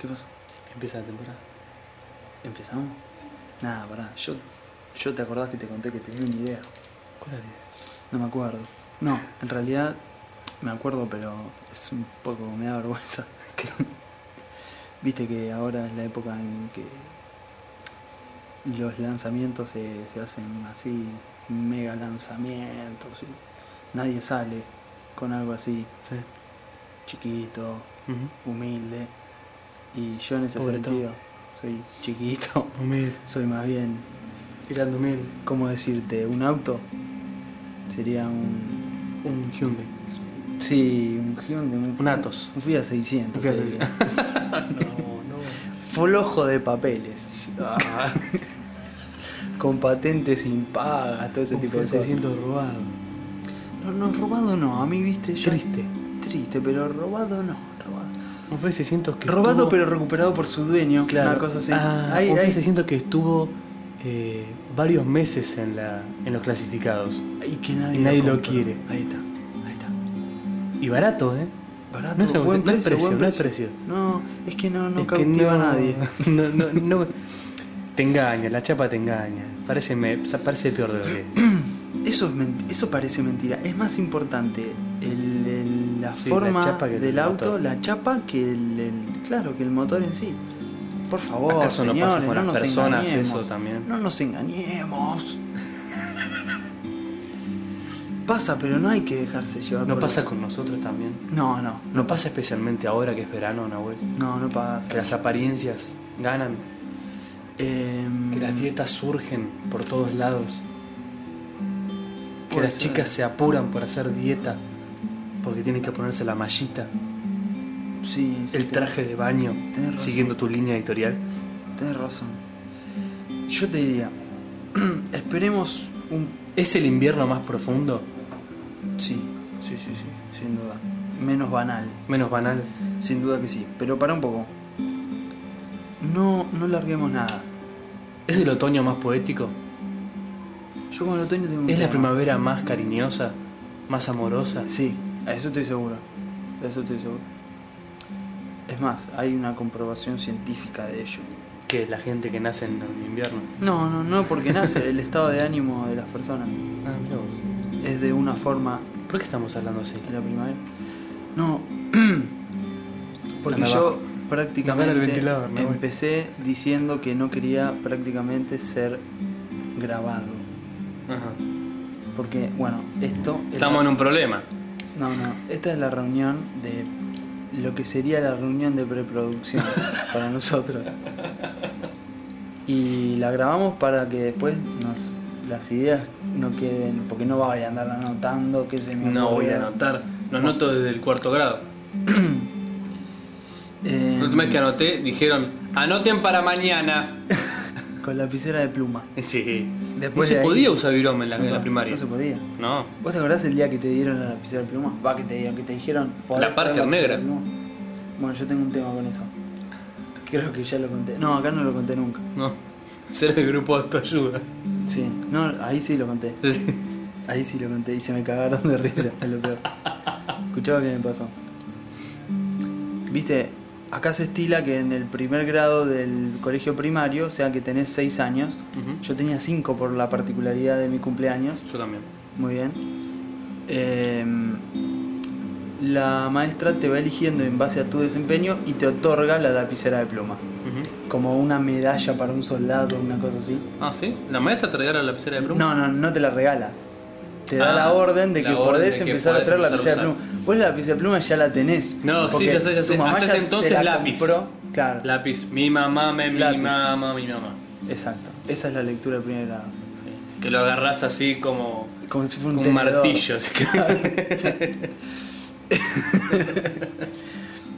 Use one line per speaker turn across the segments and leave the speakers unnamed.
¿Qué pasó? Empieza la temporada. ¿Empezamos? Nada, pará. Yo, yo te acordás que te conté que tenía una idea.
¿Cuál era?
No me acuerdo. No, en realidad me acuerdo, pero es un poco, me da vergüenza. que- Viste que ahora es la época en que los lanzamientos se, se hacen así, mega lanzamientos, y nadie sale con algo así,
Sí.
chiquito, humilde. Y yo en ese
Pobretón.
sentido soy chiquito,
Humilde.
soy más bien,
Tirando humilde.
¿cómo decirte? Un auto sería un.
Un Hyundai.
Sí, un Hyundai, un,
Un Atos.
un Fiat 600.
Un Fiat
te diría.
600. no, no.
Flojo de papeles,
Ah,
con patentes impagas, todo ese
un
tipo de
Fiat
cosas.
600 robado.
No, no, robado no, a mí viste. yo-
Triste.
Triste, pero robado no, robado.
Un Fiat 600 que
Robado
estuvo-
pero recuperado por su dueño,
Claro.
una cosa así.
Ah,
Ahí-
un
ahí-
Fiat 600 que estuvo eh, varios meses en, la, en los clasificados.
y que nadie,
y nadie lo
compra.
quiere.
Ahí está, ahí está.
Y barato, ¿eh?
Barato,
No es algo-
buen
no es
precio,
precio,
buen
no es precio.
No, es que no, no
Es que
cautiva a
no-
nadie.
No, no, no. Te engaña, la chapa te engaña. Parece, me, parece peor de lo que es.
Eso, es ment- eso parece mentira. Es más importante el- el- la
Sí, la
forma
chapa que el
del auto,
motor.
la chapa, que el, el- claro, que el motor en sí. Por favor,
¿Acaso no pasa
Oh, señores,
con
no
las
nos
personas eso
engañemos.
también?
No nos engañemos. pasa, pero no hay que dejarse llevar.
No
por
pasa
eso.
con nosotros también.
No, no,
No pasa especialmente ahora que es verano, Nahuel.
no, no pasa.
Que las apariencias ganan,
Em,
que las dietas surgen por todos lados, que
Puede
las
ser.
chicas se apuran por hacer dieta porque tienen que ponerse la mallita,
Sí, sí,
el
tenés-
traje de baño,
tenés razón.
siguiendo tu línea editorial.
Tenés razón. Yo te diría, esperemos un
¿Es el invierno más profundo,
Sí, sí, sí, sí, sin duda. Menos banal,
menos banal?
sin duda que sí. Pero para un poco. No, no larguemos nada.
¿Es el otoño más poético?
Yo con el otoño tengo un
¿Es la
tema.
primavera más cariñosa, más amorosa?
Sí, a eso estoy seguro. A eso estoy seguro. Es más, hay una comprobación científica de ello.
Que la gente que nace en invierno.
No, no, no, porque nace el estado de ánimo de las personas.
Ah, mirá vos.
Es de una forma
¿Por qué estamos hablando así?
en la primavera. No, porque
Anda,
yo
baja.
prácticamente
Dame el ventilador, me voy.
empecé diciendo que no quería prácticamente ser grabado.
Ajá.
Porque, bueno, esto... es
Estamos en
la-
un problema.
No, no, esta es la reunión de... Lo que sería la reunión de preproducción para nosotros. Y la grabamos para que después nos las ideas no queden... Porque no voy a andar anotando que se me
No voy a
ocurrió.
anotar. Lo anoto desde el cuarto grado.
Eh,
La última vez que anoté dijeron, anoten para mañana.
Con lapicera de pluma.
Sí.
Después
no se
de ahí-
podía usar virome en la, en la
No,
primaria.
No se podía.
No.
¿Vos te acordás el día que te dieron la lapicera de pluma? Va, que te dieron, que te dijeron. "Podés
La Parker
traer
negra.
lapicera de pluma". Bueno, yo tengo un tema con eso. Creo que ya lo conté. No, acá no lo conté nunca.
No. Ser el grupo de autoayuda.
Sí. No, ahí sí lo conté. Ahí sí lo conté y se me cagaron de risa, es lo peor. Escuchaba que me pasó. Viste, acá se estila que en el primer grado del colegio primario, o sea que tenés 6 años,
Ujú.
yo tenía 5 por la particularidad de mi cumpleaños,
Yo también.
Muy bien. Em, la maestra te va eligiendo en base a tu desempeño y te otorga la lapicera de pluma.
Ujú.
Como una medalla para un soldado, una cosa así.
Ah, ¿sí? ¿La maestra traía la lapicera de pluma?
No, no, no te la regala. Te da
Ah,
la orden de
la
que
orden de
podés
que
empezar a
podés
traer la
empezar a
lapicera de pluma. Vos la lapicera de pluma ya la tenés.
No, sí,
porque
ya sé, ya
tu
sé.
mamá
Hasta
ya
ese
te
entonces
la
lápiz.
compró. Claro,
Lápiz. Mi mamá, me, mi
Lápiz.
mamá, mi mamá.
exacto. Esa es la lectura de primer grado.
Sí. Que lo agarrás así como
Como si fuera
con
un
un
tenedor.
martillo. así que-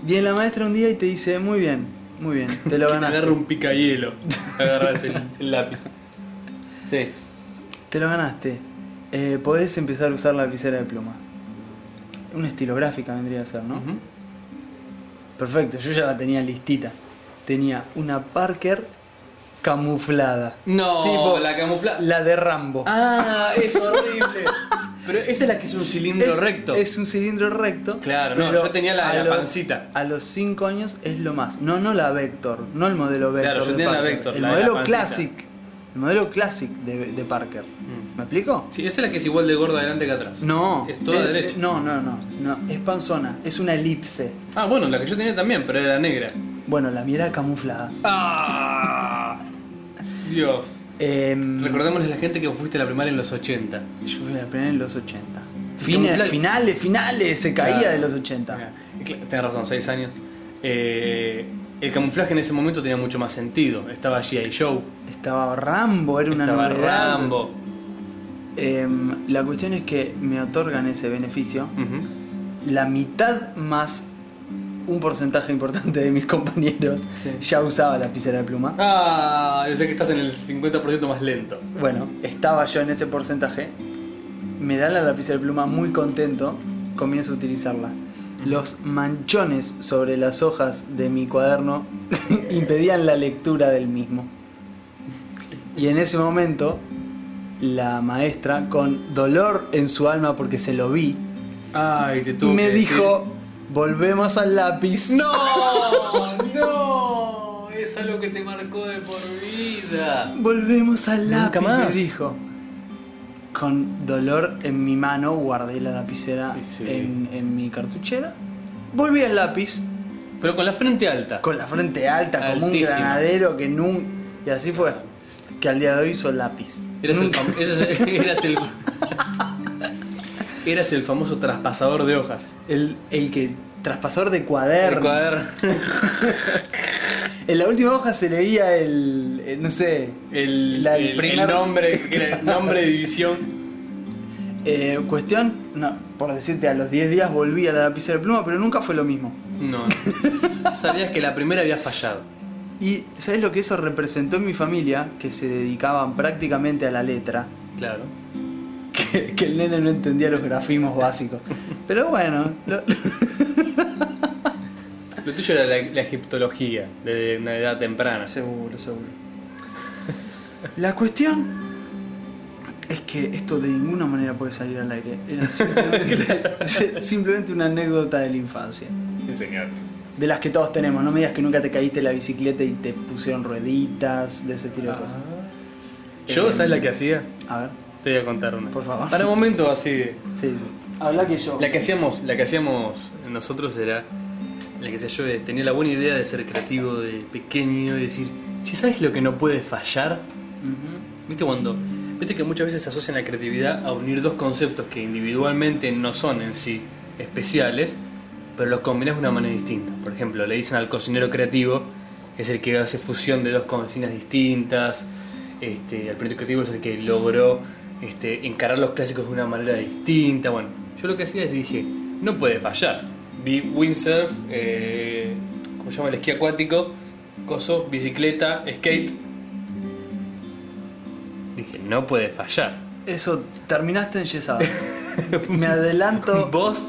Viene la maestra un día y te dice, muy bien, muy bien, te lo
Que te
ganaste.
agarra un picayelo. Agarras el, el lápiz. Sí.
Te lo ganaste. Eh, podés empezar a usar la lapicera de pluma. Una estilográfica vendría a ser, ¿no?
Ujú.
Perfecto, yo ya la tenía listita. Tenía una Parker camuflada.
No,
Tipo,
la camufla.
La de Rambo.
Ah, es horrible. Pero esa es la que es un cilindro
es,
recto.
Es un cilindro recto.
Claro, no,
pero
yo tenía la-
a
la
los-
pancita.
A los 5 años es lo más. No, no la Vector, no el modelo Vector.
Claro, yo
de
tenía la
Parker,
Vector,
El
la de la
modelo
pancita.
Classic. El modelo Classic de, de Parker.
Mm.
¿Me explico?
Sí, esa es la que es igual de gorda adelante que atrás.
No.
Es toda
eh,
derecha.
eh, No, no, no, no. Es panzona. Es una elipse.
Ah, bueno, la que yo tenía también, pero era negra.
Bueno, la mía era camuflada.
¡Ah! Dios.
Em,
Recordémosle a la gente que vos fuiste a la primaria en los 80.
Yo fui a la primera en los 80.
Fines-
Fines, finales, finales, se caía
Claro.
de los 80.
Mirá, cl- Tenés razón, 6 años. Eh, el camuflaje en ese momento tenía mucho más sentido. Estaba G.I. Joe,
Estaba Rambo, era una
estaba
novedad.
Rambo.
Em, la cuestión es que me otorgan ese beneficio.
Ujú.
La mitad más un porcentaje importante de mis compañeros
Sí.
ya usaba lapicera de pluma.
Ah, yo sé que estás en el 50% más lento.
Bueno, estaba yo en ese porcentaje. Me da la lapicera de pluma muy contento. Comienzo a utilizarla. Los manchones sobre las hojas de mi cuaderno impedían la lectura del mismo. Y en ese momento, la maestra, con dolor en su alma porque se lo vi,
Ay, te tuvo
me
que decir-
dijo, volvemos al lápiz.
¡No! ¡No! Es algo que te marcó de por vida.
Volvemos al
Nunca
lápiz, me
más.
dijo. Con dolor en mi mano guardé la lapicera
Y sí.
en, en mi cartuchera. Volví al lápiz,
Pero con la frente alta.
con la frente alta, como un
Altísimo.
granadero que nunca... Y así fue, que al día de hoy soy lápiz.
Eras el,
Nunca-
fam- eras el- eras el- eras el famoso traspasador de hojas.
el, el que traspasador de
El
cuaderno.
cuaderno.
En la última hoja se leía el, el, no sé,
El,
La- el
el- el
primer-
nombre, que era el nombre de división.
Eh, cuestión, no, por decirte, a los 10 días volví a la lapicera de pluma, pero nunca fue lo mismo.
No, no. Sabías que la primera había fallado.
Y ¿sabes lo que eso representó en mi familia? Que se dedicaban prácticamente a la letra,
Claro.
que, que el nene no entendía los grafismos básicos. Pero bueno, lo-
Lo tuyo era la, la egiptología, de una edad temprana.
seguro, seguro. La cuestión es que esto de ninguna manera puede salir al aire. Era simplemente, simplemente una anécdota de la infancia.
Sí, señor.
De las que todos tenemos, no me digas que nunca te caíste de la bicicleta y te pusieron rueditas, de ese tipo de cosas.
Yo,
Eh,
¿sabes la que hacía?
A ver,
Te voy a contar una.
Por favor.
Para un momento así.
Ah. sí, sí. Habla que yo.
La que hacíamos, la que hacíamos nosotros era. La que sé yo, es, tenía la buena idea de ser creativo de pequeño y decir, che, ¿sabes lo que no puede fallar?
Ujú.
¿Viste cuando? Viste que muchas veces se asocian la creatividad a unir dos conceptos que individualmente no son en sí especiales, pero los combinas de una manera distinta. Por ejemplo, le dicen al cocinero creativo, es el que hace fusión de dos cocinas distintas. Este, el proyecto creativo es el que logró este, encarar los clásicos de una manera distinta. Bueno, yo lo que hacía es dije, no puede fallar. Vi windsurf, eh, ¿cómo se llama? El esquí acuático, coso, bicicleta, skate. Dije, no puede fallar.
Eso, terminaste enyesado. Me adelanto.
Vos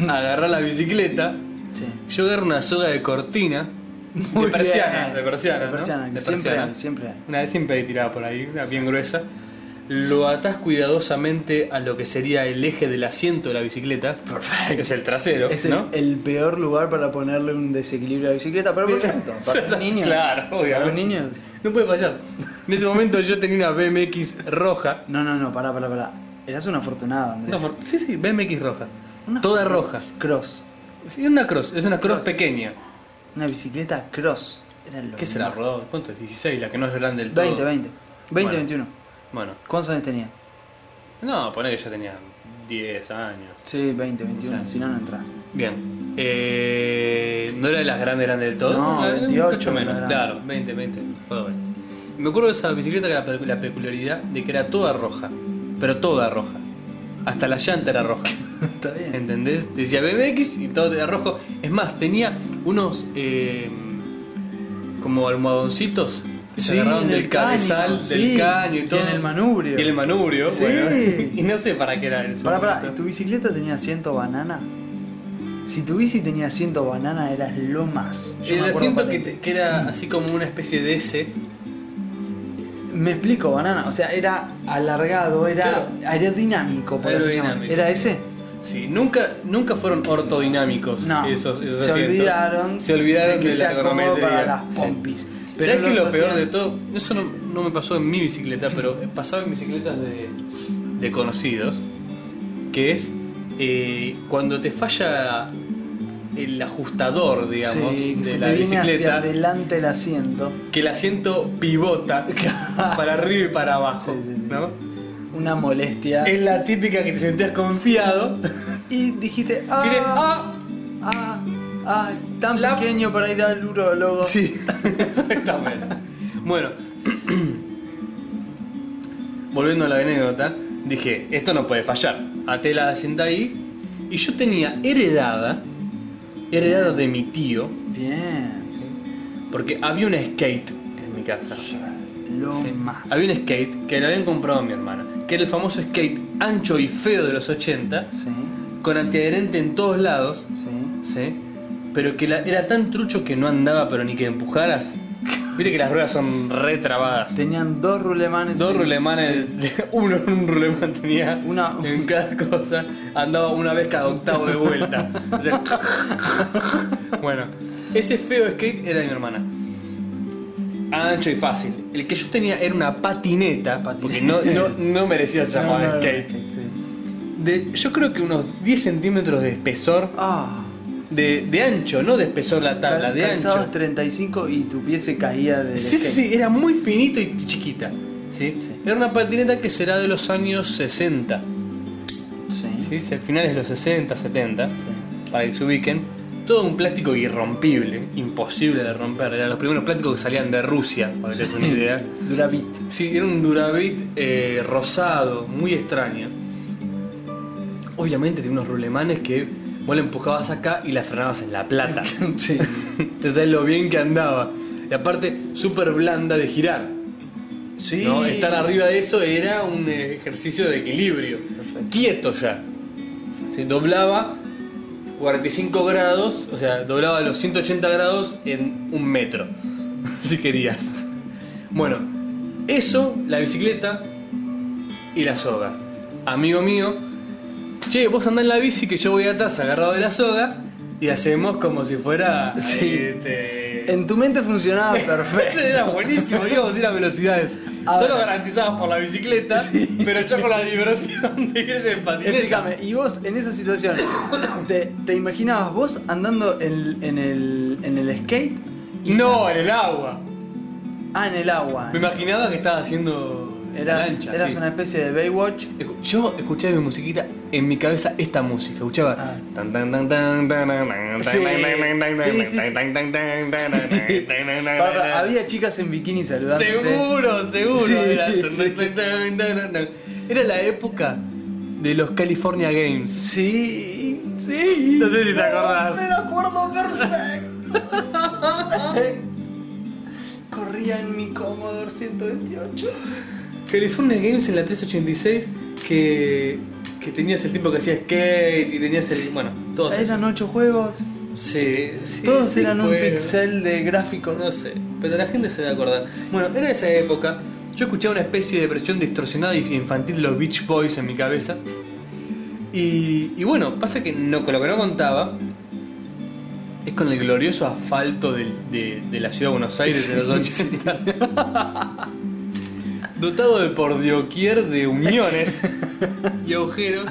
agarrás la bicicleta,
Sí.
yo agarro una soga de cortina, de
Muy
persiana,
bien.
de persiana,
De
¿no?
persiana, que
De
siempre
persiana.
hay, siempre hay.
Una vez siempre hay tirada por ahí, una bien gruesa. Lo atás cuidadosamente a lo que sería el eje del asiento de la bicicleta. Perfecto. Que es el trasero,
Es el,
¿no?
el peor lugar para ponerle un desequilibrio a la bicicleta, pero perfecto. Para los niños.
Claro,
Para los
obviamente.
niños.
No puede fallar. En ese momento yo tenía una BMX roja.
No, no, no, pará, pará, pará. Eras un afortunado, Andrés.
Una for- sí, sí, BMX roja.
Una-
Toda roja.
Cross.
Sí, es una cross, es una cross,
Cross.
pequeña.
Una bicicleta cross. Era lo
¿Qué será?
mejor.
¿Rodó? ¿Cuánto es? 16, la que no es grande del todo.
20, 20. 20,
Bueno.
21.
Bueno,
¿Cuántos años tenía?
no, poné que ya tenía 10 años.
Sí, 20, 21.
Sí.
Si no, no entras.
Bien. Eh, no era de las grandes, grandes del todo.
No,
Era
28
mucho menos.
era grande.
Claro, 20, 20. todo 20. Me acuerdo de esa bicicleta que era la, pe- la peculiaridad de que era toda roja. Pero toda roja. Hasta la llanta era roja.
Está bien.
¿Entendés? Decía BMX y todo era rojo. Es más, tenía unos eh, como almohadoncitos que se
Sí,
agarraban
del
del cabezal,
caño,
del
sí.
caño
Y
y
en
todo.
el manubrio.
Y en el manubrio,
Sí.
bueno. Y no sé para qué era eso.
Pará, pará, ¿y ¿tu bicicleta tenía asiento banana? Si tu bici tenía asiento banana, eras lo más. Yo me
El
acuerdo
asiento Eh, que,
patente.
te- que era así como una especie de S.
Me explico, banana. O sea, era alargado, era
Claro.
aerodinámico, por así llamarlo.
Aerodinámico,
¿Era
sí.
ese?
Sí, nunca, nunca fueron ortodinámicos
No.
esos, esos
se
asientos.
olvidaron.
Se olvidaron
de que
de la
sea cómodo
ergonometría.
para las
Sí.
pompis.
¿Sabés qué es
los
lo peor
hacían-
de todo? Eso no, no me pasó en mi bicicleta, pero pasaba en bicicletas de, de conocidos, que es eh, cuando te falla el ajustador, digamos,
Sí, que
de
se
la
te viene hacia
bicicleta,
adelante el asiento.
que el asiento pivota para arriba y para abajo,
Sí, sí, sí.
¿no?
Una molestia.
Es la típica que te sentías confiado.
Y dijiste, ah,
Y dices, ¡ah!
ah, ah, tan
La-
pequeño para ir al urologo.
Sí, exactamente. Bueno, volviendo a la anécdota, dije, esto no puede fallar. Até la asienta ahí y yo tenía heredada, heredada de mi tío,
Bien.
porque había un skate en mi casa.
Lo
Sí.
más.
Había un skate que le habían comprado a mi hermana, que era el famoso skate ancho y feo de los 80,
Sí,
con antiadherente en todos lados,
sí.
¿sí? Pero que la- era tan trucho que no andaba, pero ni que empujaras. Viste que las ruedas son retrabadas.
Tenían dos rulemanes.
Dos
sí.
rulemanes, uno un rulemán tenía
Una-
en cada cosa, andaba una vez cada octavo de vuelta. O sea, bueno, ese feo skate era de mi hermana. Ancho y fácil. El que yo tenía era una patineta, porque no, no, no merecía
Sí.
ser
No, no,
llamada
no,
skate.
sí.
De, yo creo que unos 10 centímetros de espesor,
Ah.
de, de ancho, no de espesor la tabla, de
Calzabas
ancho.
35 y tu pie se caía del
Sí, sí,
skate.
sí, era muy finito y chiquita. ¿sí?
este Sí.
Era una patineta que será de los años 60.
Sí.
¿sí? Si al final es los 60, 70,
Sí.
para que se ubiquen. Todo un plástico irrompible, imposible de romper. Eran los primeros plásticos que salían de Rusia, para que te des una idea.
Duravit.
Sí, era un Duravit eh, rosado, muy extraño. Obviamente tiene unos rulemanes que vos le empujabas acá y la frenabas en la plata.
Sí.
Entonces sabes lo bien que andaba. Y aparte, súper blanda de girar.
Sí.
¿no? Estar arriba de eso era un eh, ejercicio de equilibrio.
Perfecto.
Quieto ya. Se doblaba 45 grados, o sea, doblaba los 180 grados en un metro, si querías. Bueno, eso, la bicicleta y la soga. Amigo mío, che, vos andá en la bici que yo voy atrás agarrado de la soga y hacemos como si fuera...
Sí.
este,
En tu mente funcionaba perfecto.
era buenísimo, íbamos a ir a velocidades
A
solo
ver.
garantizadas por la bicicleta, pero yo con la diversión de ir en patineta.
Explícame, y vos en esa situación, ¿te, te imaginabas vos andando en, en el, en el skate? Y,
No, en el agua.
Ah, en el agua.
Me imaginaba que estaba haciendo
Eras,
lancha.
eras
sí.
una especie de Baywatch.
Escu- Yo escuchaba mi musiquita en mi cabeza esta música, escuchaba
Ah.
Tan, tan, tan, tan, tan, tan, tan, tan,
Sí.
tan, tan, tan,
Sí, sí, sí.
tan, tan, tan, tan, tan, tan, tan,
Pará,
tan, tan.
pará, había chicas en bikini saludándote.
Seguro, seguro.
Sí,
era,
sí.
Era la época de los California Games.
Sí, sí.
No sé si te acordás.
Me lo acuerdo perfecto. Corría en mi Commodore 128.
California Games en la 386 que, que tenías el tipo que hacía skate y tenías el... Bueno, todos
Eran
esos.
ocho juegos.
Sí, sí,
Todos
sí,
eran un
bueno.
pixel de gráficos.
No sé, pero la gente se va a acordar. Bueno, era esa época. Yo escuchaba una especie de versión distorsionada y infantil de los Beach Boys en mi cabeza. Y, y bueno, pasa que no, con lo que no contaba es con el glorioso asfalto del- de, de la ciudad de Buenos Aires de los 80. Dotado de por doquier de uniones y agujeros.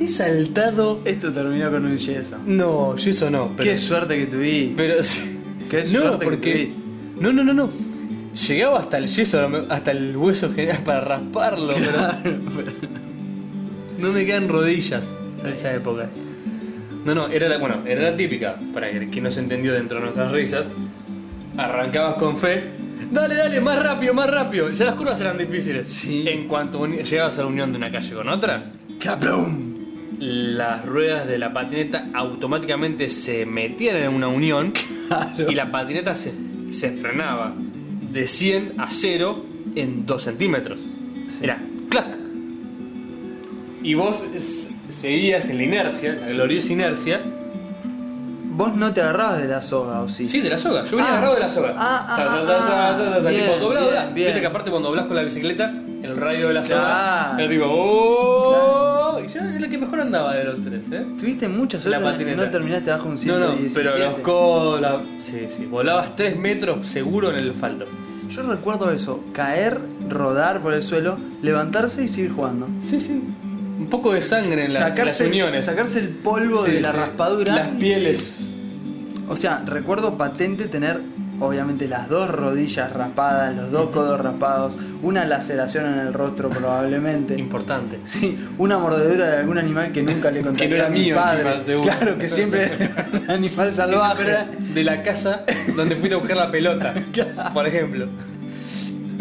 He saltado.
Esto terminó con un yeso.
No, yo eso no. Pero
Qué suerte que tuviste.
pero sí.
Qué
no,
suerte que
porque. No, no, no, no. Llegaba hasta el yeso, hasta el hueso general para rasparlo, pero. No me quedan rodillas de esa época. No, no, era la, bueno, era la típica, para que- quien no se entendió dentro de nuestras risas. Arrancabas con fe. Dale, dale, más rápido, más rápido. Ya las curvas eran difíciles.
Sí.
En cuanto uni- llegabas a la unión de una calle con otra,
¡Caplum!
las ruedas de la patineta automáticamente se metían en una unión y la patineta se, se frenaba de 100 a 0 en 2 centímetros. Era clac. Y vos s- seguías en la inercia, la gloriosa inercia,
Vos no te agarrabas de la soga, ¿o sí?
Sí, de la soga. Yo venía
Ah.
agarrado de la soga.
Ah,
Sa,
ah,
sa,
ah,
sa,
ah.
sa, sa, sa, sa.
Bien,
Tipo, doblado,
bien,
da.
bien.
Viste que aparte cuando doblás con la bicicleta, el radio de la soga.
Claro.
Yo tipo, ¡oh! Y yo era la que mejor andaba de los tres, ¿eh?
Tuviste mucha
La
suerte,
patineta.
no terminaste bajo un
No,
117.
no, pero los colas. Sí, sí. Volabas 3 metros seguro en el asfalto.
Yo recuerdo eso, caer, rodar por el suelo, levantarse y seguir jugando.
Sí, sí. Un poco de sangre en la-
Sacarse,
las uniones.
sacarse el polvo
Sí,
de la
sí.
raspadura.
Las pieles.
O sea, recuerdo patente tener, obviamente, las dos rodillas raspadas, los dos codos raspados, una laceración en el rostro probablemente.
Importante.
Sí, una mordedura de algún animal que nunca le contaría
no era
a mi
mío
padre.
encima, seguro.
claro, que siempre era un animal salvaje.
Pero era de la casa donde fuiste a buscar la pelota, por ejemplo.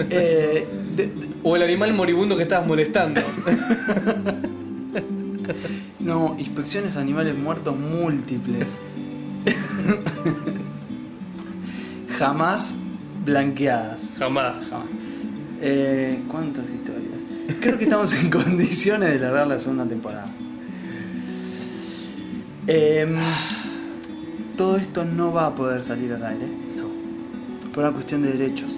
Eh, de- de-
O el animal moribundo que estabas molestando.
no, inspecciones a animales muertos múltiples. Jamás blanqueadas.
Jamás.
Eh, ¿Cuántas historias? Creo que estamos en condiciones de largar la segunda temporada. Em, todo esto no va a poder salir al aire
No.
por una cuestión de derechos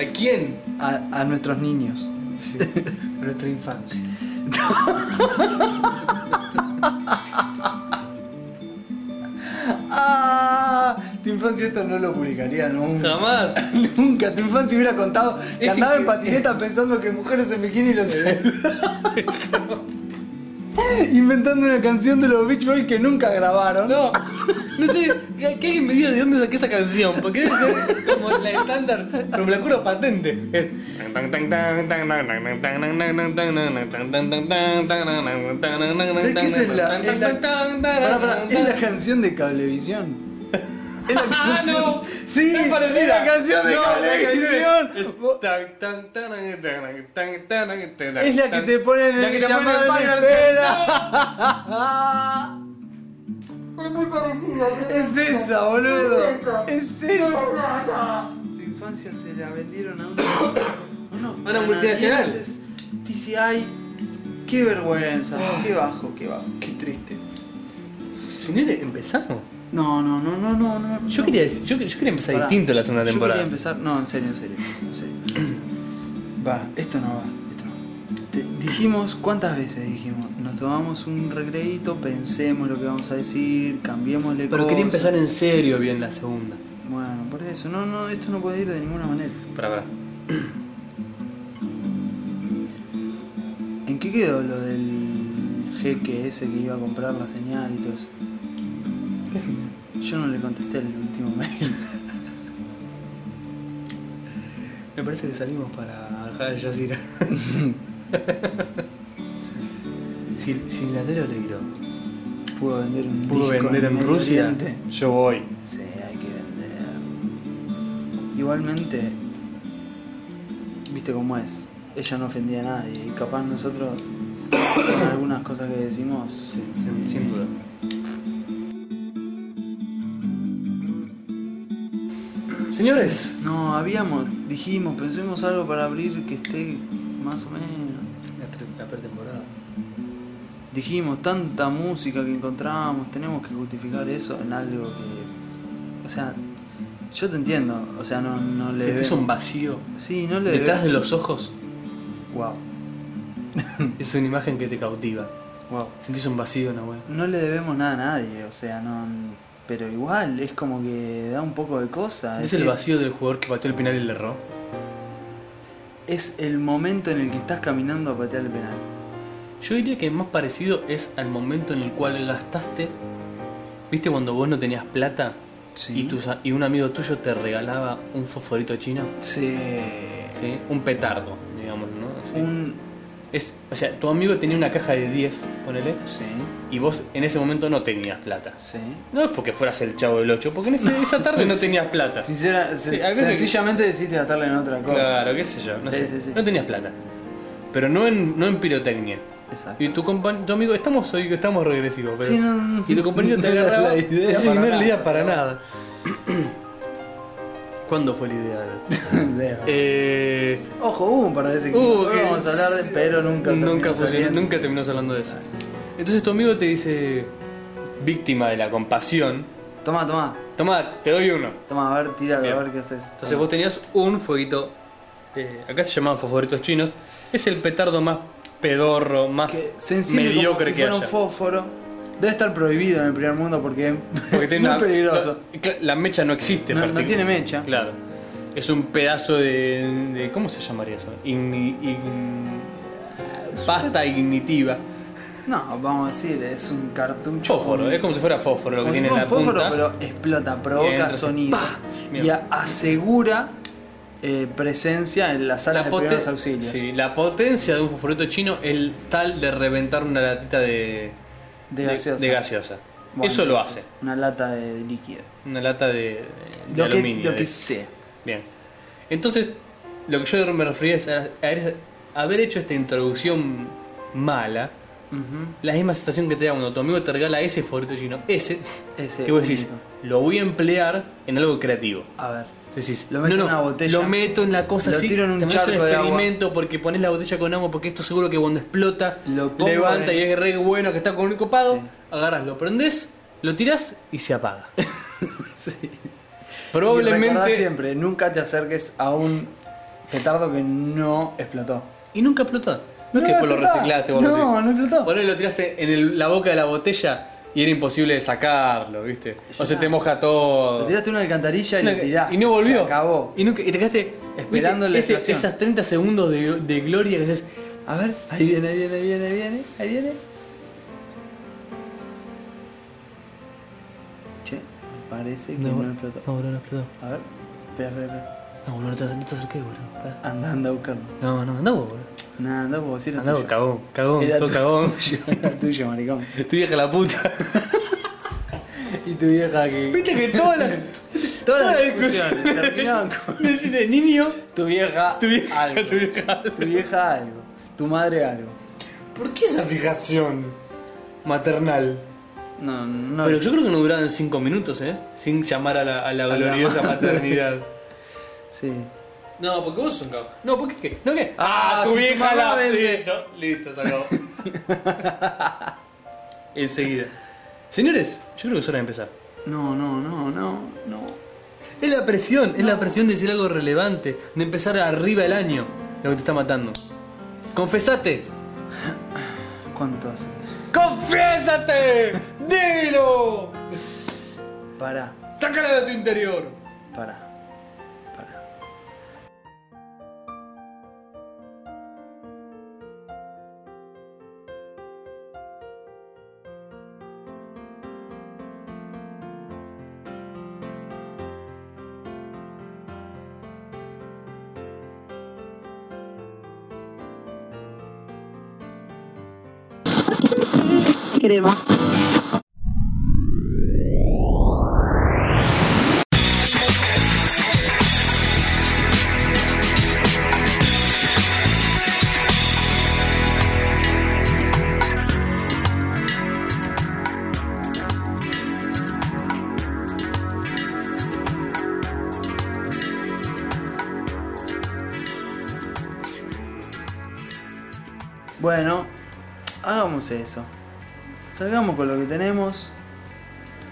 ¿A quién?
a, a nuestros niños.
A nuestra infancia.
¡Ah! Tu infancia esto no lo publicaría nunca.
Jamás.
Nunca, tu infancia hubiera contado que
Es
andaba en
incre-
patineta pensando que mujeres en bikini los Inventando una canción de los Beach Boys que nunca grabaron.
No. No sé, que alguien me diga de dónde saqué esa canción, porque debe ser como la estándar, pero me la juro patente. Eh,
¿Sabes qué es la, es la- pará, pará, es la canción de Cablevisión? Es la
¡Ah,
canción-
no!
Sí,
es parecida.
es la canción de
No,
Cablevisión.
Es, tan, tan, tan, tan, tan, tan, tan,
Es la que te ponen en
La que te ponen en
el llamado de
Pirate.
espera.
Es muy parecido.
Es esa, boludo.
eso.
Es
No,
esa.
no, no.
Tu infancia se la vendieron a una,
A una multinacional.
canadienses, TCI. Qué vergüenza. Qué bajo, qué bajo. Qué triste.
Señores, empezamos.
No, no, no, no, no. no
Yo
no.
quería, decir- yo, yo quería empezar
Pará.
distinto la segunda
Yo
temporada.
quería empezar. No, en serio, en serio. En serio. va, esto no va. Esto no va. Te- dijimos, ¿cuántas veces dijimos? Nos tomamos un recreíto, pensemos lo que vamos a decir, cambiémosle
Pero quería
cosas.
empezar en serio bien la segunda.
Bueno, por eso. No, no, esto no puede ir de ninguna manera.
Para, para.
¿En qué quedó lo del jeque ese que iba a comprar la señal y todo eso? Yo no le contesté el último mail.
Me parece que salimos para Al Jazeera. si, si la tele le tiró,
Pudo vender un
pudo
disco
vender en
Medio
Rusia,
Oriente.
yo voy.
Sí, hay que vender. Igualmente, viste cómo es. Ella no ofendía a nadie y capaz nosotros con algunas cosas que decimos.
Sí, sin, sin duda. Señores,
No, habíamos, dijimos, pensemos algo para abrir que esté más o menos.
la, tre- la pretemporada.
Dijimos tanta música que encontramos, tenemos que justificar eso en algo que, o sea, yo te entiendo, o sea, no, no le.
¿Sentís
debemos-
un vacío
Sí, no le.
detrás de los ojos?
Wow, Mm.
Es una imagen que te cautiva.
wow.
¿Sentís un vacío, Nahuel?
No le debemos nada a nadie, o sea, no. Pero igual, es como que da un poco de cosa.
¿Sentís
que
el vacío del jugador que pateó el penal y le erró?
es el momento en el que estás caminando a patear el penal.
Yo diría que más parecido es al momento en el cual gastaste. ¿Viste cuando vos no tenías plata?
Sí.
Y, tus a- y un amigo tuyo te regalaba un fosforito chino.
Sí.
¿sí? Un petardo, digamos, ¿no? Así.
Un.
Es, o sea, tu amigo tenía una caja de 10, ponele,
Sí,
y vos en ese momento no tenías plata.
sí.
No es porque fueras el chavo del 8, porque en ese- esa tarde no tenías plata.
Sincera,
Sí,
sen-
a veces-
sencillamente decidiste gastarla en otra cosa.
Claro, qué sé yo. No,
Sí,
sé.
sí, sí.
no tenías plata. Pero no en, no en pirotecnia.
Exacto.
Y tu, compa- tu amigo, estamos hoy, estamos regresivos, pero.
Sí, no, no,
Y tu compañero te
no era
agarraba.
la idea
sí,
para
no era la
nada.
idea para nada. ¿Cuándo fue la idea?
Debo.
Eh,
Ojo, hubo un par de veces que
uh,
no
que-
vamos a hablar de, pero
nunca
nunca terminó
funcionó,
saliendo.
nunca terminó hablando de eso. Entonces tu amigo te dice, víctima de la compasión.
Toma, toma.
Toma, te doy uno.
Toma, a ver, tíralo,
Bien.
a ver qué haces.
Entonces vos tenías un fueguito, eh, acá se llamaban fosforitos chinos, es el petardo más pedorro, más
que se enciende como
mediocre
si
que
fuera un
haya.
fósforo. Debe estar prohibido en el primer mundo porque,
Porque tiene
es
una-
muy peligroso.
La, cla- la mecha no existe.
No- no
particu-
tiene mecha.
Claro. Es un pedazo de, de- ¿Cómo se llamaría eso? Igni- ign-
Ah,
pasta ignitiva.
No, vamos a decir, es un cartucho.
Fósforo, es como si fuera fósforo lo que
Como si
tiene en
fuera
la
un fósforo,
punta.
pero explota,
Y
provoca
entra así,
sonido
¡pah!
y
Mierda.
a- asegura eh, presencia en las salas
La,
de
poten-
primeros auxilios.
sí, la potencia de un fosforito chino es tal de reventar una latita de,
De gaseosa.
de gaseosa.
Bueno,
Eso lo hace.
Una lata de líquido.
Una lata de, de
Lo que,
aluminio.
lo
de-
que sea.
Bien. Entonces, lo que yo me refería es a, a- a haber hecho esta introducción mala.
Ujú,
La misma sensación que te da cuando tu amigo te regala ese favorito chino, ese,
Ese
y vos decís,
único.
lo voy a emplear en algo creativo.
A ver.
Entonces,
Lo meto en una botella.
Lo meto en la cosa
Lo
así.
tiro en un
te meto
charco de agua.
experimento porque pones la botella con agua porque esto seguro que cuando explota
Lo pongo
levanta
en-
y es re bueno que está con un copado.
Sí.
Agarras, lo prendes, lo tiras y se apaga.
Sí. Y recordá
Probablemente
siempre, nunca te acerques a un petardo que no explotó.
y nunca explotó. No, es
No
que después lo
explotó.
reciclaste vos
No, no explotó.
Por ahí lo tiraste en el- la boca de la botella y era imposible de sacarlo, ¿viste? O se
está.
te moja todo.
Lo tiraste en una alcantarilla y
No,
lo tiraste.
Oh. y no volvió.
Se acabó.
Y, nunca- y te quedaste
Esperando
¿viste?
la
Ese-
explosión.
esas 30 segundos de, de gloria que haces.
A ver, ahí viene, ahí viene, ahí viene, ahí viene, ahí viene. Che, me parece que no, explotó.
No, boludo, no explotó.
A ver, espera, espera, espera.
No, boludo, no te, no te acerques, boludo. Pará.
Anda, anda a buscarlo.
No, no, andá vos, boludo.
Nada, anda vos, sí, era
Andá vos,
tuyo.
cagón, cagón,
Era
todo cagón.
tuyo, era tuyo, maricón.
Tu vieja la puta.
Y tu vieja que.
Viste que todas las.
Todas las
todas las
discusiones terminaban con.
de, de niño.
Tu vieja.
Tu vieja,
algo.
tu vieja algo.
Tu vieja algo. Tu madre algo.
¿Por qué esa fijación maternal?
No, no.
Pero
lo-
yo creo que no duraban 5 minutos, ¿eh? Sin llamar a la, a la
la
gloriosa
mamá.
maternidad.
Sí.
No, porque vos sos un cabrón. No, porque qué. No, ¿qué?
Ah, si tu mamá vende.
Listo, listo, se acabó. Enseguida. Señores, yo creo que es hora de empezar.
No, no, no, no, no.
Es la presión, es la presión de decir algo relevante, de empezar arriba el año, lo que te está matando. Confesate.
¿Cuánto hace?
¡Confiésate! ¡Dilo!
Pará,
¡Sácala de tu interior!
pará, pará.
crema.
Bueno, hagamos eso. Salgamos con lo que tenemos.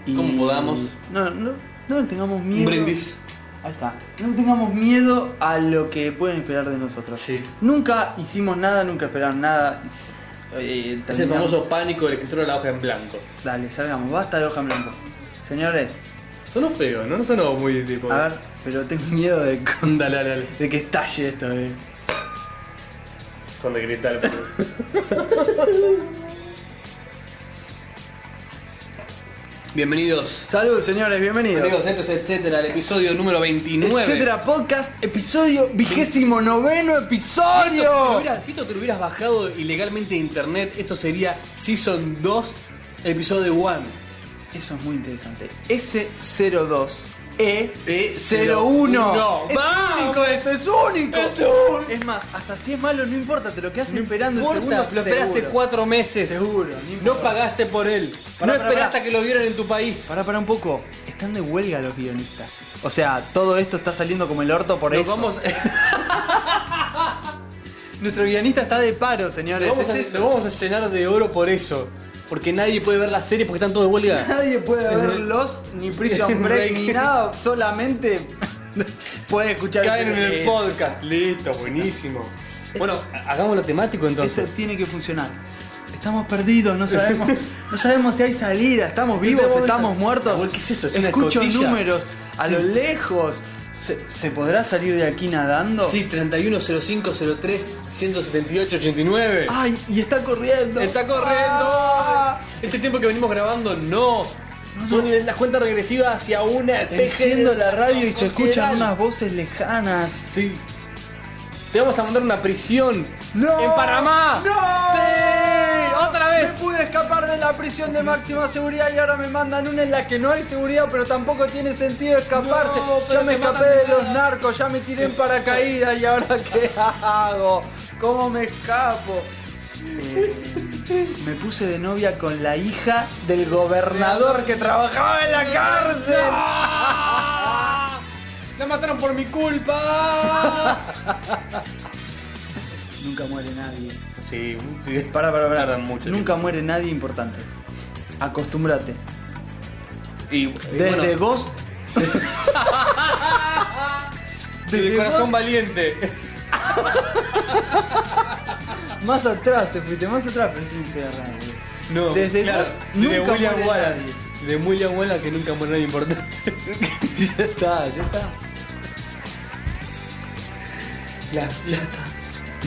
Y...
Como podamos.
No, no, no le tengamos miedo.
Un brindis.
Ahí está. No le tengamos miedo a lo que pueden esperar de nosotros.
Sí.
Nunca hicimos nada, nunca esperaron nada. y s- eh,
Es el
terminamos-
famoso pánico del escritor de la hoja en blanco.
Dale, salgamos. Basta de hoja en blanco. Señores,
Sonó feo, ¿no? No sonó muy tipo.
a ver, pero tengo miedo de,
Dale, dale, dale.
de que estalle esto. eh.
Son de gritar.
Bienvenidos.
Salud, señores, bienvenidos.
Amigos, esto es etcétera, el episodio número 29.
Etcétera Podcast, episodio vigésimo noveno
Si esto, te lo
episodio.
hubieras- si esto te lo hubieras bajado ilegalmente de internet, esto sería Season 2, episodio 1.
Eso es muy interesante. S02 E E01.
E01.
Es
¡Vamos!
único esto, es único.
Es único.
Es más, hasta si es malo no importa, te lo quedas esperando el
Corta,
segundo
lo esperaste
seguro.
cuatro meses.
Seguro, no
No
importa.
pagaste por él.
Pará,
no
pará,
esperaste
pará.
a que lo vieran en tu país.
Pará, pará un poco. Están de huelga los guionistas. O sea, todo esto está saliendo como el orto por
Nos
eso.
vamos.
Nuestro guionista está de paro, señores.
Vamos a,
es eso.
lo vamos a llenar de oro por eso. Porque nadie puede ver la serie porque están todos de huelga.
Nadie puede ver Lost, ni Prison Break, ni nada. Solamente puede escuchar.
Caen en el
Eh,
podcast. Listo, buenísimo. Bueno, ha- hagámoslo temático
Eso
entonces.
tiene que funcionar. Estamos perdidos, no sabemos, no sabemos si hay salida, estamos vivos,
sabemos-
estamos muertos.
Nahuel, ¿qué es eso? ¿Es una
Escucho
escotilla?
números a lo lejos. ¿Se, se podrá salir de aquí nadando?
Sí, 310503 17889.
¡Ay! Y está corriendo.
Está corriendo.
¡Ah!
Este tiempo que venimos grabando, no. Son las cuentas regresivas hacia una especie
Enciendo
de-
la radio y se escuchan
considerable.
unas voces lejanas.
Sí. Te vamos a mandar a una prisión.
¡No!
¡En Panamá!
¡No!
¡Sí! ¡Otra vez!
Me pude escapar de la prisión de máxima seguridad y ahora me mandan una en la que no hay seguridad, pero tampoco tiene sentido escaparse.
No, pero
ya me
te matan
escapé de
de
los
nada.
narcos, ya me tiré en paracaídas y ahora qué hago? ¿Cómo me escapo? Eh, Me puse de novia con la hija del gobernador que trabajaba en la cárcel.
¡Ah! ¡La mataron por mi culpa!
Nunca muere nadie.
sí, sí.
Para, para, para.
Tardan mucho
Nunca muere nadie importante. Acostúmbrate.
Y, y
Desde
bueno,
Ghost.
desde
Desde
corazón
Ghost,
valiente.
Más atrás te fuiste, más atrás, pero sí te agarraron, güey.
No,
Desde
claro,
Ghost
de
nunca
William
muere
Wallace.
nadie.
De William Wallace que nunca muere nadie importante.
Ya está, ya está.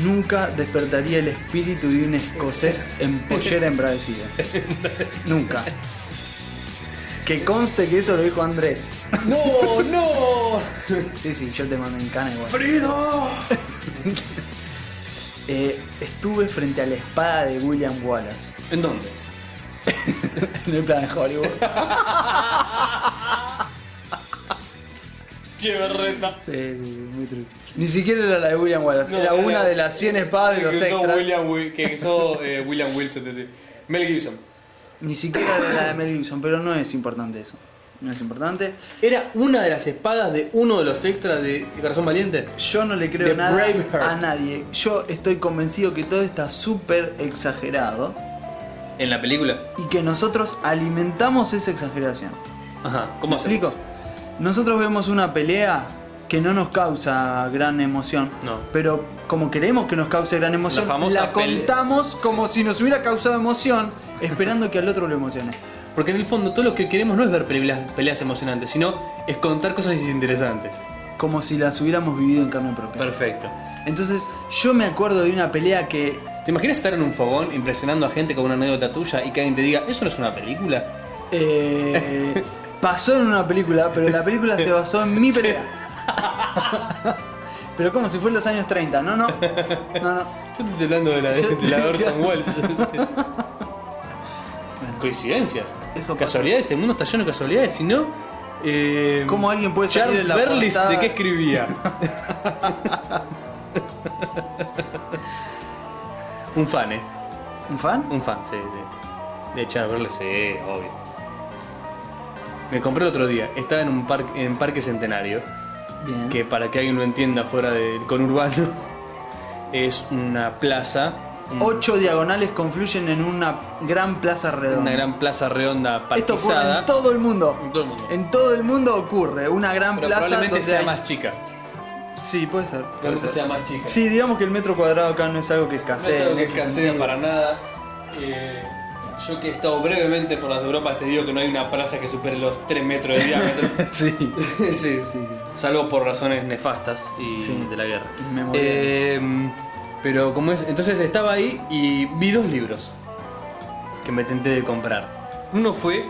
Nunca despertaría el espíritu de un escocés en pollera embravecida. Nunca. Que conste que eso lo dijo Andrés.
¡No, no!
Sí, sí, yo te mando en cana igual.
¡Frido!
Eh, estuve frente a la espada de William Wallace.
¿En dónde?
En el plan de Hollywood.
¡Qué berreta!
Sí, sí, muy trucho. Ni siquiera era la de William Wallace,
No, era-
era una de las 100 espadas de los
que usó
extras.
William, Wi- que hizo William Wilson, es decir, Mel Gibson.
Ni siquiera era la de Mel Gibson, pero no es importante eso. No es importante.
Era una de las espadas de uno de los extras de Corazón Valiente.
Yo no le creo
The
nada
Braveheart.
a nadie. Yo estoy convencido que todo está súper exagerado
En la película.
y que nosotros alimentamos esa exageración.
Ajá.
¿Me
¿Cómo hacemos?
explico? Nosotros vemos una pelea que no nos causa gran emoción,
No.
pero como queremos que nos cause gran emoción,
La famosa
la
pele-
contamos como si nos hubiera causado emoción, esperando que al otro lo emocione.
Porque en el fondo todo lo que queremos no es ver peleas, peleas emocionantes, sino es contar cosas interesantes.
como si las hubiéramos vivido en carne propia.
Perfecto.
Entonces, yo me acuerdo de una pelea que.
¿Te imaginas estar en un fogón impresionando a gente con una anécdota tuya y que alguien te diga, eso no es una película?
eh, pasó en una película, pero la película se basó en mi pelea. pero como si fue en los años 30, no, no. No, no.
Yo te estoy hablando de la,
Yo-
de la Orson Welles. Coincidencias.
Eso pasa.
casualidades, el mundo está lleno de casualidades, si no. eh,
¿Cómo alguien puede salir
Charles
en la
Berlis,
portada?
¿de qué escribía? un fan, eh.
¿Un fan?
Un fan, sí, sí. De Charles Berlis, sí, obvio. Me compré el otro día, estaba en un parque, en Parque Centenario,
Bien.
que para que alguien lo entienda fuera del conurbano, es una plaza, un-
Ocho diagonales confluyen en una gran plaza redonda.
una gran plaza redonda
Esto ocurre
parquizada.
en todo el mundo.
En todo el mundo.
En todo el mundo ocurre una gran
Pero
plaza.
probablemente
donde
sea
hay-
más chica.
Sí, puede ser. puede
Probablemente
ser.
sea más chica.
Sí, digamos que el metro cuadrado acá no es algo que
No es
escasee.
algo
en
que
ese
escasea
sentido.
para nada. Eh, yo que he estado brevemente por las Europas te digo que no hay una plaza que supere los 3 metros de diámetro.
Sí. sí, sí, sí.
Salvo por razones nefastas y
Sí.
de la guerra.
Inmemorables.
Eh, pero como es. Entonces estaba ahí y vi dos libros que me tenté de comprar. Uno fue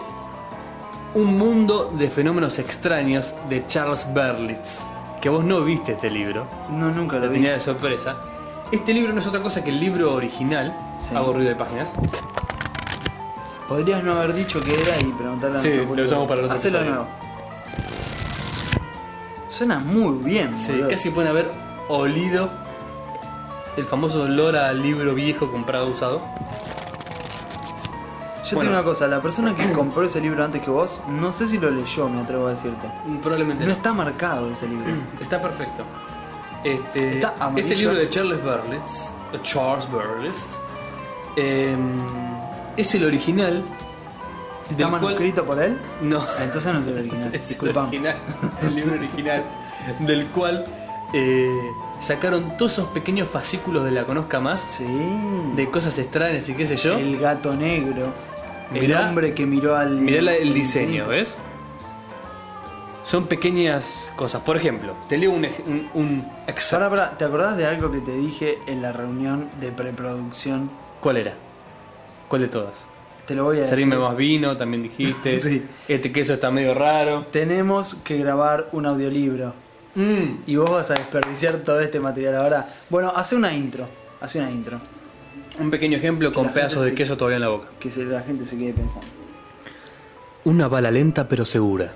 Un mundo de fenómenos extraños de Charles Berlitz. Que vos no viste este libro.
No, nunca lo
La
vi.
tenía de sorpresa. Este libro no es otra cosa que el libro original.
Sí.
Hago ruido de páginas.
Podrías no haber dicho qué era y preguntarle a
Sí,
nuestro
lo
público.
usamos para el otro
Hacelo
episodio.
nuevo. Suena muy bien,
Sí,
boludo.
casi pueden haber olido el famoso olor al libro viejo comprado usado.
Yo
bueno.
tengo una cosa, la persona que compró ese libro antes que vos, no sé si lo leyó, me atrevo a decirte.
Probablemente
Mm, No está marcado ese libro.
Está perfecto. Este,
Está amarillo.
este libro de Charles Berlitz Charles Burlest, eh, es el original. del
¿Está
cual-
manuscrito por él?
No.
Ah, Entonces no es el original.
Es el
Disculpame.
original, el libro original, del cual eh, sacaron todos esos pequeños fascículos de La Conozca Más,
Sí.
de cosas extrañas y qué sé yo.
El gato negro. el
Mirá-
hombre que miró al.
Mirá la- el
al
diseño,
infinito.
¿ves? Son pequeñas cosas. Por ejemplo, te leo un, ej- un, un ex-
Pará, pará, ¿te acordás de algo que te dije en la reunión de preproducción?
¿Cuál era? ¿Cuál de todas?
Te lo voy a decir.
Servirme más vino, también dijiste.
Eh, Sí.
Este queso está medio raro.
Tenemos que grabar un audiolibro.
Mm.
Y vos vas a desperdiciar todo este material ahora. Bueno, hace una intro. Hace una intro.
Un pequeño ejemplo
la
con
gente
pedazos de
se-
queso todavía en la boca.
Que se- la gente se quede pensando.
Una bala lenta pero segura.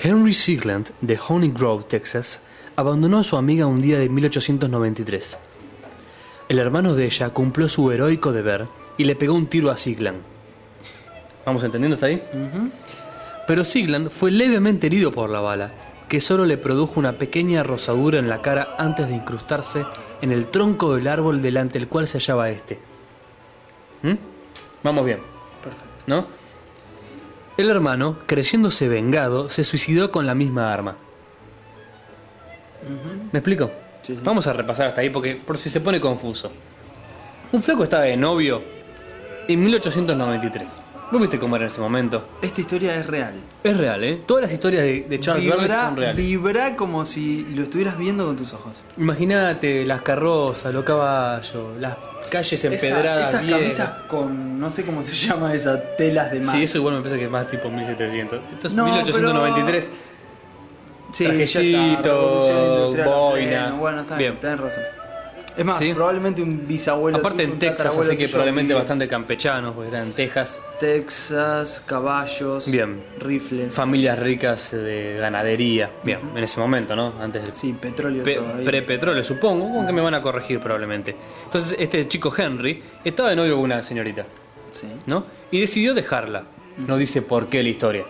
Henry Sigland, de Honey Grove, Texas, abandonó a su amiga un día de 1893. El hermano de ella cumplió su heroico deber y le pegó un tiro a Sigland. ¿Vamos entendiendo hasta ahí? Pero Sigland fue levemente herido por la bala, que solo le produjo una pequeña rosadura en la cara antes de incrustarse en el tronco del árbol delante del cual se hallaba este. ¿Mm? Vamos bien.
Perfecto.
¿no? El hermano, creyéndose vengado, se suicidó con la misma arma. ¿Me explico?
Sí, sí.
Vamos a repasar hasta ahí porque por si se pone confuso. Un flaco estaba de novio en 1893. ¿Vos viste cómo era en ese momento?
Esta historia es real.
Es real, ¿eh? Todas las historias de, de Charles Burlett
Vibra,
son reales.
vibra como si lo estuvieras viendo con tus ojos.
Imagínate las carrozas, los caballos, las calles empedradas.
Esa- esas
viejas.
camisas con, no sé cómo se llama esa, telas de más.
Sí, eso igual me parece que es más tipo 1700. Esto es
No,
1893.
Sí,
Trajecito,
ya está, revolución industrial,
boina.
bueno, Bueno, está bien,
Bien.
tenés razón. Es más,
Sí.
probablemente un bisabuelo.
Aparte
tuyo,
en
un
Texas,
tatarabuelo
así que
tuyo
probablemente
vivió.
bastante campechanos, porque eran en Texas.
Texas, caballos,
Bien.
rifles.
Familias ricas de ganadería. Bien, en ese momento, ¿no? Antes del
sí, petróleo
pe-
todavía.
pre-petróleo, supongo, aunque me van a corregir probablemente. Entonces, este chico Henry estaba de novio con una señorita,
sí.
¿no? Y decidió dejarla. No dice por qué la historia,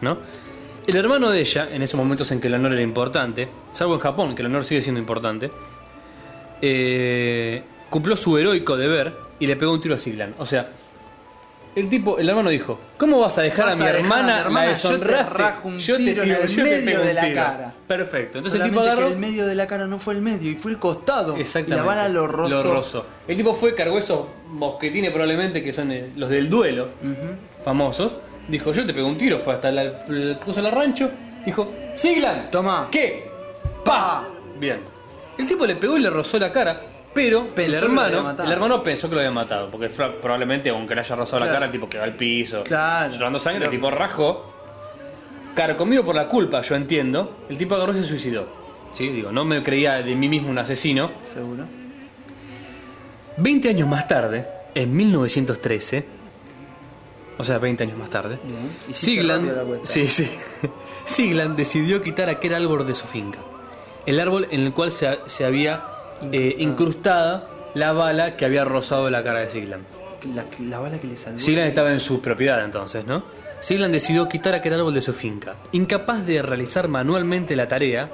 ¿no? El hermano de ella, en esos momentos en que el honor era importante, salvo en Japón, que el honor sigue siendo importante, eh, cumplió su heroico deber y le pegó un tiro a Siglan. O sea, el tipo, el hermano dijo, ¿cómo vas a dejar
Vas
a mi
a dejar a mi
hermana,
hermana?
la
Yo te
deshonraste?
rajo un tiro en el medio de la cara.
Perfecto. Entonces
Solamente
el tipo agarró...
que el medio de la cara no fue el medio y fue el costado.
Exactamente.
Y la bala lo rozó.
El tipo fue, cargó esos mosquetines probablemente que son eh, los del duelo, famosos. Dijo, yo te pego un tiro, fue hasta la, la- puso la rancho. Dijo, Siglan,
Tomá.
¿Qué? Pa. Bien. El tipo le pegó y le rozó la cara, pero
Pensó que
el
lo había
hermano,
matado.
el hermano pensó que lo había matado, porque fra- probablemente aunque le haya rozado
Claro.
la cara, el tipo quedó al piso,
Claro.
llorando sangre, el tipo rajó. Claro, conmigo por la culpa, yo entiendo. El tipo agarró y se suicidó. Sí, digo, no me creía de mí mismo un asesino.
Seguro.
20 años más tarde, en 1913, o sea, 20 años más tarde,
Bien. Hiciste rápido la
Sigland,
cuenta.
sí, sí. Sigland decidió quitar aquel árbol de su finca. El árbol en el cual se, ha- se había eh, incrustada la bala que había rozado la cara de Sigland.
La, la bala que le salvó.
Sigland estaba en su propiedad entonces, ¿no? Sigland decidió quitar aquel árbol de su finca. Incapaz de realizar manualmente la tarea,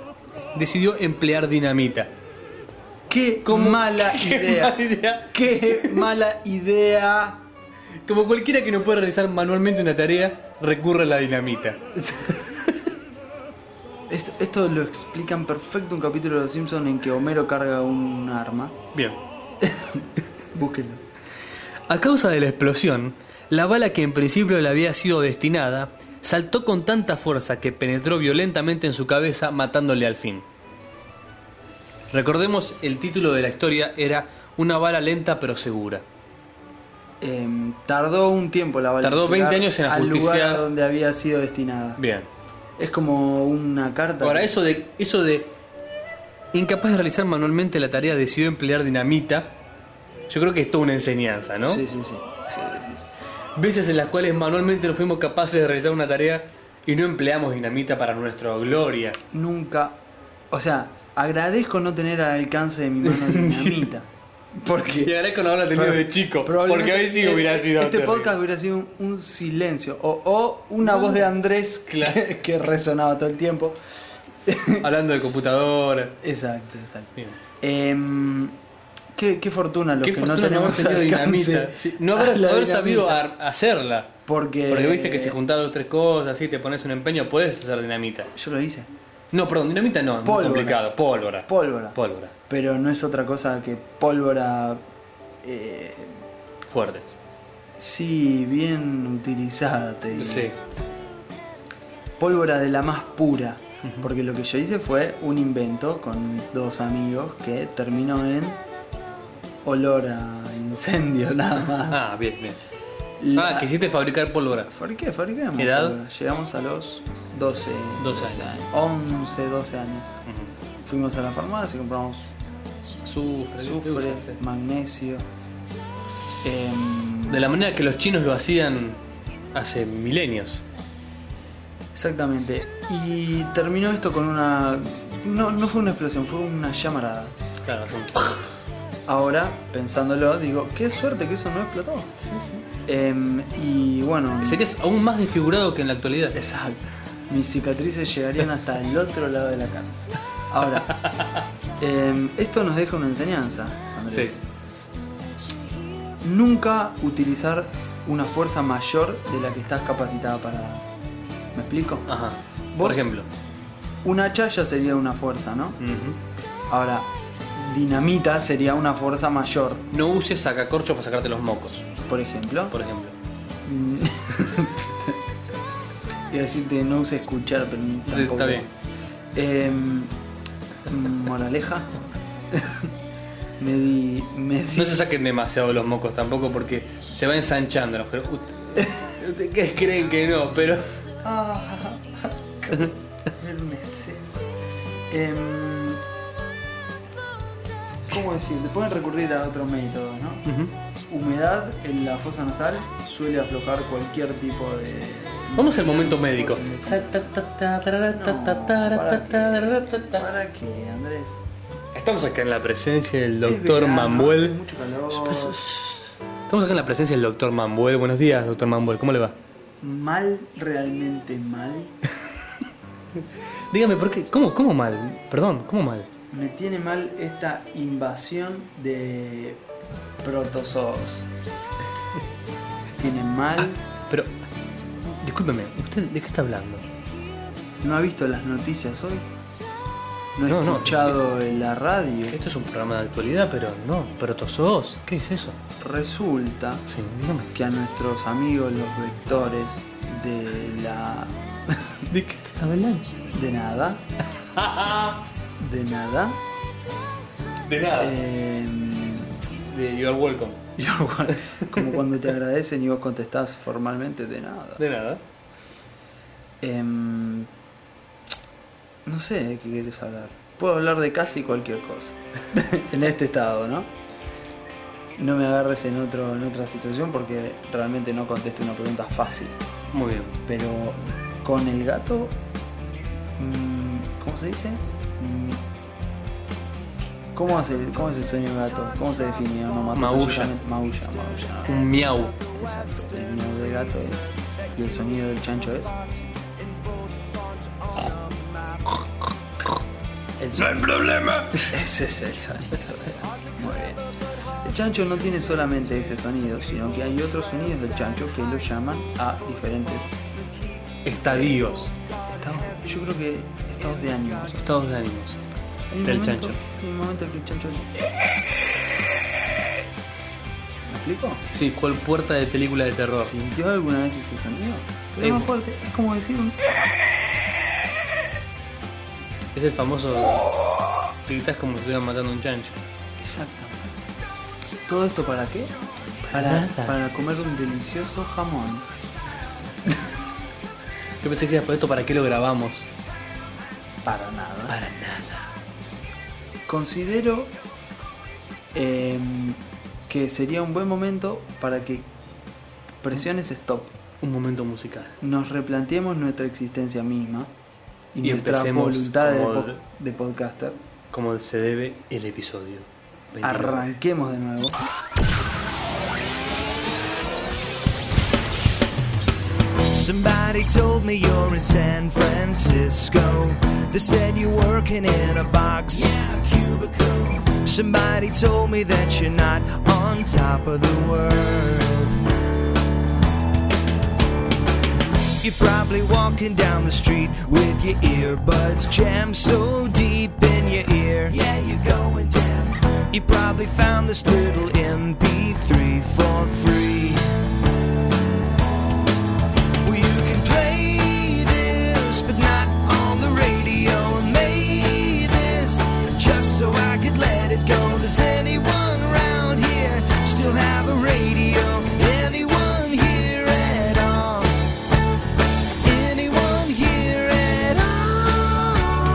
decidió emplear dinamita.
Qué mala idea.
mala idea.
Qué mala idea.
Como cualquiera que no puede realizar manualmente una tarea, recurre a la dinamita.
Es- Esto lo explican perfecto un capítulo de Los Simpsons en que Homero carga un arma.
Bien.
Búsquenlo.
A causa de la explosión, la bala que en principio le había sido destinada saltó con tanta fuerza que penetró violentamente en su cabeza, matándole al fin. Recordemos, el título de la historia era Una bala lenta pero segura.
Em, tardó un tiempo la bala.
Tardó
en llegar
20 años en
Al lugar a
ajusticiar.
donde había sido destinada.
Bien.
Es como una carta.
Ahora,
que-
eso de, eso de incapaz de realizar manualmente la tarea, decidió emplear dinamita. Yo creo que es toda una enseñanza, ¿no?
Sí, sí, sí.
Veces en las cuales manualmente no fuimos capaces de realizar una tarea y no empleamos dinamita para nuestra gloria.
Nunca. O sea, agradezco no tener al alcance de mi mano dinamita.
Y
Porque.
agradezco no haberla tenido de chico,
probablemente
porque hoy sí
este-
hubiera sido.
Este
terrible.
podcast hubiera sido un, un silencio. O, o una voz de Andrés que, que resonaba todo el tiempo.
Hablando de computadoras.
Exacto, exacto.
Bien.
Em, Qué, qué fortuna los
Qué
que
fortuna
no tenemos
haber tenido
alcance
dinamita. sí. no
a
haber,
la
haber
dinamita. Eh.
sabido ar- hacerla.
Porque-
Porque viste que si juntás dos tres cosas y te pones un empeño, puedes hacer dinamita.
Yo lo hice.
No, perdón, dinamita no, es muy
Pólvora.
complicado. Pólvora.
Pólvora.
Pólvora.
Pero no es otra cosa que pólvora. eh,
Fuerte.
sí, bien utilizada, te digo.
Sí.
pólvora de la más pura. Porque lo que yo hice fue un invento con dos amigos que terminó en olor a incendio nada más.
Ah, bien, bien.
La-
Ah, quisiste fabricar pólvora.
Fabriqué, fabriquemos
¿Qué edad?
pólvora. Llegamos a los 12,
12 años.
11, 12 años. Fuimos a la farmacia y compramos
Azufre,
azufre,
sí.
magnesio. em,
De la manera que los chinos lo hacían hace milenios.
Exactamente. Y terminó esto con una... No, no fue una explosión, fue una llamarada.
Claro, son-
Ahora, pensándolo, digo, qué suerte que eso no explotó. Em, y bueno,
Serías aún más desfigurado que en la actualidad.
exacto. Mis cicatrices llegarían hasta el otro lado de la cara. Ahora, em, esto nos deja una enseñanza, Andrés. Nunca utilizar una fuerza mayor de la que estás capacitada para dar. ¿Me explico?
Ajá.
¿Vos?
Por ejemplo.
Un hacha ya sería una fuerza, ¿no?
Ujú.
Ahora, dinamita sería una fuerza mayor,
No uses sacacorcho para sacarte los mocos,
por ejemplo.
por ejemplo.
Mm. Iba a decirte no uses escuchar, pero ni
Sí, está
tampoco.
bien.
Em, mm, moraleja. Medi, medi-
No se saquen demasiado los mocos tampoco porque se va ensanchando. la mujer. Ut- Ustedes creen que no, pero
Ah. El meses. Em, ¿Cómo decirte? Pueden recurrir a otro método, ¿no? Humedad en la fosa nasal suele aflojar cualquier tipo de.
vamos al momento médico.
¿Para qué, Andrés?
Estamos acá en la presencia del
Es
doctor
verano,
Mambuel.
hace mucho calor.
Estamos acá en la presencia del doctor Mambuel. Buenos días, doctor Mambuel. ¿Cómo le va?
Mal, realmente mal.
Dígame, ¿por qué? ¿Cómo, cómo mal? Perdón, ¿cómo mal?
Me tiene mal esta invasión de protozoos. Tiene mal.
Pero, discúlpeme, ¿usted de qué está hablando?
¿No ha visto las noticias hoy? ¿No ha
No, no,
escuchado en la radio?
Esto es un programa de actualidad, pero no. ¿Protozoos? ¿Qué es eso?
Resulta
Sí, dígame.
que a nuestros amigos los vectores de la...
¿De qué está hablando?
de nada. De nada.
De nada.
em,
Eh, De You Are Welcome.
yo igual, como cuando te agradecen y vos contestás formalmente de nada.
De nada.
Em, no sé de qué quieres hablar. Puedo hablar de casi cualquier cosa. en este estado, ¿no? No me agarres en, otro, en otra situación porque realmente no contesto una pregunta fácil.
Muy bien.
Pero con el gato... mm, ¿Cómo se dice? Mm, ¿Cómo es, el, ¿Cómo es el sueño del gato? ¿Cómo se define? Onomatopéyicamente?
Maulla.
Maulla, maulla.
Un miau.
Exacto, el miedo del gato es- y el sonido del chancho es. El no hay problema. Ese es el sonido. Muy bien. El chancho no tiene solamente ese sonido, sino que hay otros sonidos del chancho que lo llaman a diferentes
Estadios.
estados. Yo creo que estados de ánimo.
Estados de ánimos.
Hay un
Del
momento-
chancho.
Hay un momento que el chancho hace- ¿Me explico?
Sí, ¿cuál puerta de película de terror?
¿Sintió alguna vez ese sonido? Pero
Eh,
más fuerte, es como decir un.
Es el famoso. Gritas como si estuvieran matando a un chancho.
Exactamente. ¿Todo esto para qué? Para,
Para
para comer un delicioso jamón.
Yo pensé que por esto, ¿para qué lo grabamos?
Para nada.
Para nada.
Considero em, que sería un buen momento para que presiones stop.
Un momento musical.
Nos replanteemos nuestra existencia misma y,
Y
nuestra
empecemos
voluntad de,
como
po-
el-
de podcaster.
Como se debe el episodio. 29.
Arranquemos de nuevo.
Somebody told me you're in San Francisco. They said you're working in a box. Yeah, cubicle. Somebody told me that you're not on top of the world. You're probably walking down the street with your earbuds jammed so deep in your ear. Yeah, you're going deaf. You probably found this little MP3 for free. Well, you can play this, but not on the radio. And made this just so I could let it go. Does anyone around here still have a radio? Anyone here at all? Anyone here at all?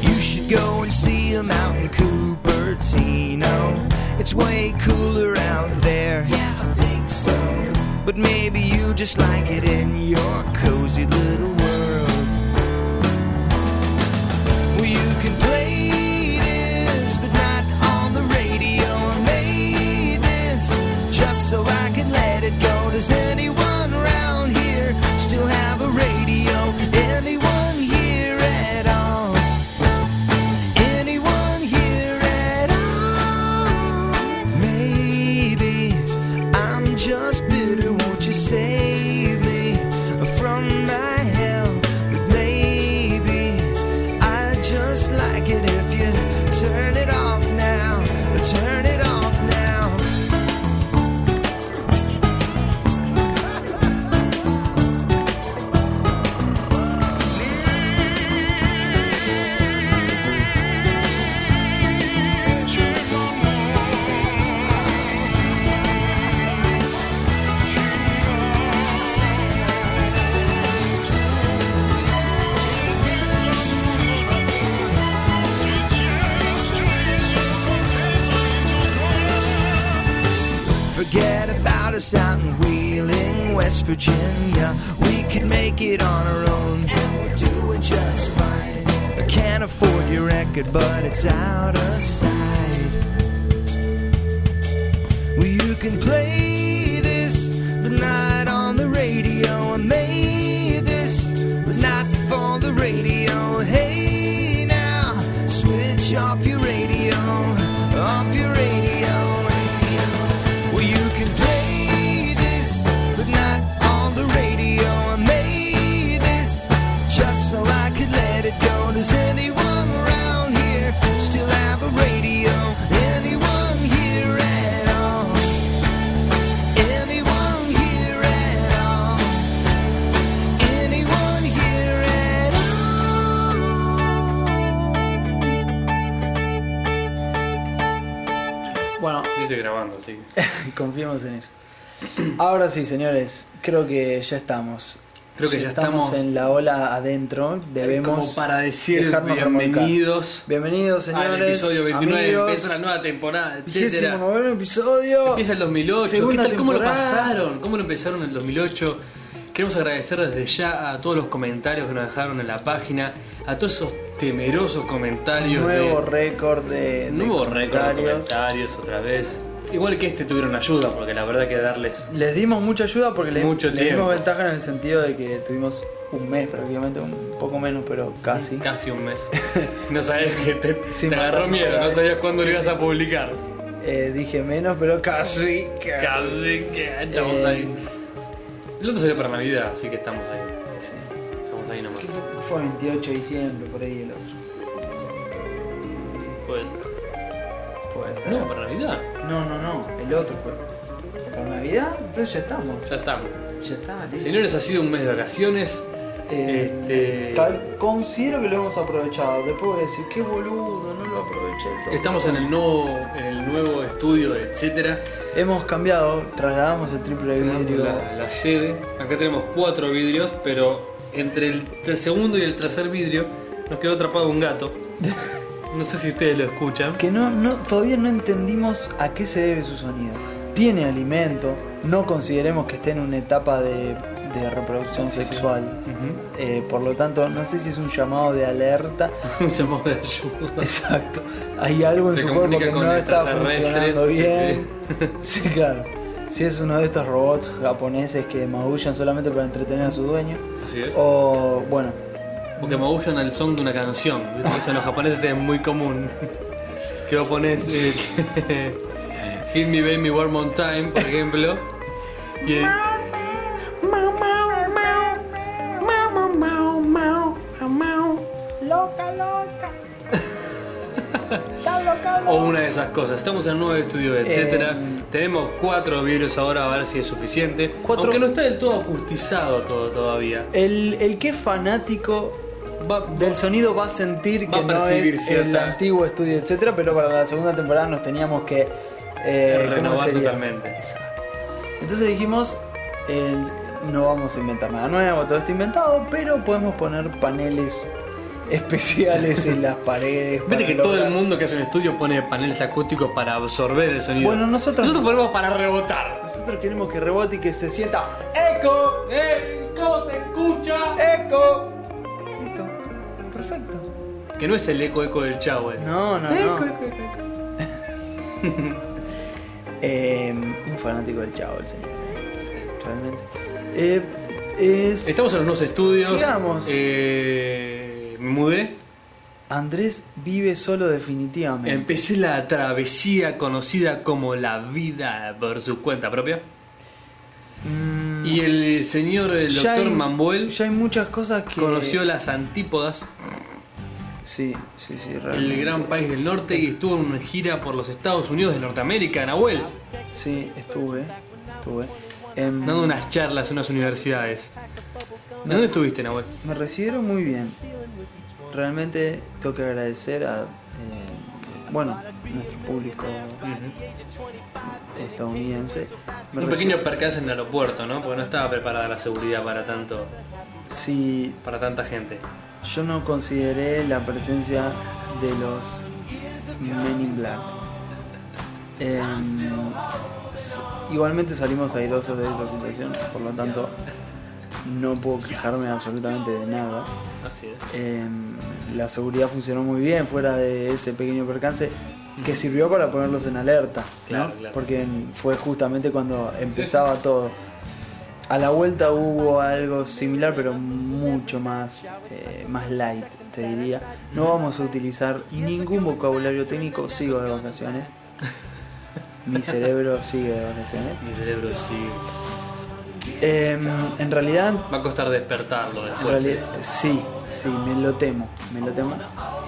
You should go and see 'em out in Cupertino. It's way cooler out there. Yeah, I think so. But maybe you just like it in your cozy little world. Well, you can play this, but not on the radio. I made this just so I could let it go. Does anyone around here still have a radio? Anyone here at all? anyone here at all? Maybe I'm just bitter. Won't you save me from my hell? But maybe I just like it if you turn it off now. Turn it off now. Forget about us out in Wheeling, West Virginia. We could make it on our own, and we'll do it just fine. I can't afford your record, but it's out of sight. Well, you can play this, but not on the radio. I made this, but not for the radio. Hey, now, switch off your radio, off your radio. Well, you can play this, but not on the radio. I made this just so I could let it go. Does anyone around here still have a radio? Anyone here at all? Anyone here at all? Anyone here at all?
Bueno,
Dice grabando, así que.
confiemos en eso. Ahora sí, señores, creo que ya estamos.
Creo que
Si
ya estamos.
en la ola adentro. Debemos
como para decir
dejarnos
bienvenidos
remolcar. eh, Bienvenidos, señores.
al Ah, episodio 29.
amigos.
empieza la nueva temporada,
Vigésimo
etcétera.
noveno episodio.
Empieza el 2008. ¿Qué
Segunda
tal? ¿Cómo lo
temporada.
pasaron? ¿Cómo lo empezaron el 2008? Queremos agradecer desde ya a todos los comentarios que nos dejaron en la página, a todos esos temerosos comentarios
Nuevo
de
récord de, de
nuevo récord de
comentarios.
comentarios otra vez. Igual que este tuvieron ayuda, porque la verdad que darles
Les dimos mucha ayuda porque le,
Mucho
le
tiempo.
dimos ventaja en el sentido de que tuvimos un mes prácticamente, un poco menos, pero casi.
casi un mes. No sabías que te,
Sí,
te agarró
matando
miedo,
la-
no sabías cuándo
sí,
lo ibas a publicar.
Eh, dije menos, pero casi. casi.
Casi que estamos
Eh,
ahí. El otro salió para Navidad, así que estamos ahí.
Sí.
Estamos ahí nomás.
Fue 28 de diciembre, por ahí el otro.
Pues.
Puede ser.
No, para Navidad.
No, no, no, el otro fue. Para Navidad, entonces ya estamos.
Ya estamos.
Ya está, listo.
Señores, ha sido un mes de vacaciones.
Eh,
este,
cal- Considero que lo hemos aprovechado. Después voy a decir, qué boludo, no lo aproveché. todo.
Estamos en el nuevo, en el nuevo estudio, etcétera.
Hemos cambiado, trasladamos el triple de
Tenemos
vidrio.
La, la sede. Acá tenemos cuatro vidrios, pero entre el ter- segundo y el tercer vidrio nos quedó atrapado un gato. No sé si ustedes lo escuchan.
Que no, no, todavía no entendimos a qué se debe su sonido. Tiene alimento, no consideremos que esté en una etapa de, de reproducción sexual.
Ujú.
Eh, por lo tanto, no sé si es un llamado de alerta.
Un llamado de ayuda.
Exacto. Hay algo en
Se
su cuerpo
comunica
que
con
no está
extraterrestres,
funcionando
sí,
bien. Sí, claro. si es uno de estos robots japoneses que magullan solamente para entretener a su dueño.
Así
Oh,
es.
O, bueno,
Porque magullan al son de una canción. ¿viste? Eso en los japoneses es muy común. Que vos pones eh, Hit Me Baby One More Time, por ejemplo. Y, eh,
Loca, loca. Calo, calo.
o una de esas cosas. Estamos en nueve estudios, etcétera. Tenemos cuatro vídeos ahora, a ver si es suficiente.
Cuatro-
Aunque no está del todo acustizado todo todavía.
el, el que es fanático
Va-
del sonido va a sentir
Va
que
a
no
percibir
es el
cierta-
antiguo estudio, etcétera, pero para la segunda temporada nos teníamos que eh, ¿cómo
renovar
sería?
totalmente.
Entonces dijimos, eh, no vamos a inventar nada nuevo, todo está inventado, pero podemos poner paneles especiales en las paredes.
Viste
para
que todo
lograr-
el mundo que hace un estudio pone paneles acústicos para absorber el sonido.
Bueno, nosotros-
Nosotros ponemos para rebotar.
Nosotros queremos que rebote y que se sienta eco,
¡Eh! ¿Cómo te escucha?
eco. Listo, perfecto.
Que no es el eco eco del chavo. eh.
No, no, no. Eh, un fanático del chavo, el señor. Realmente. Eh, es
Estamos en los nuevos estudios.
Sigamos.
Eh, me mudé.
Andrés vive solo definitivamente.
Empecé la travesía conocida como la vida por su cuenta propia. Y el señor el
Mm, Ya
doctor
hay-
Mambuel
Ya hay muchas cosas que
conoció las antípodas,
Sí, sí, sí, realmente.
el gran país del norte, y estuvo en una gira por los Estados Unidos de Norteamérica, Nahuel,
Sí, estuve, estuve. Em,
dando unas charlas en unas universidades. ¿Dónde estuviste, Nahuel?
Me recibieron muy bien. Realmente tengo que agradecer a, eh, bueno, nuestro público estadounidense. Me
Un
recibi-
pequeño percance en el aeropuerto, ¿no? Porque no estaba preparada la seguridad para tanto,
Sí,
para tanta gente.
yo no consideré la presencia de los Men in Black. Em, s- igualmente salimos airosos de esa situación, por lo tanto no puedo quejarme absolutamente de nada.
Así es.
Eh, la seguridad funcionó muy bien fuera de ese pequeño percance que sirvió para ponerlos en alerta, ¿no?
Claro, claro.
porque en- fue justamente cuando empezaba todo. A la vuelta hubo algo similar, pero mucho más, eh, más light, te diría. No vamos a utilizar ningún vocabulario técnico, sigo de vacaciones. Mi cerebro sigue de vacaciones.
Mi cerebro sí.
Eh, en realidad
Va a costar despertarlo
En
después.
realidad, sí, sí, me lo temo, me lo temo.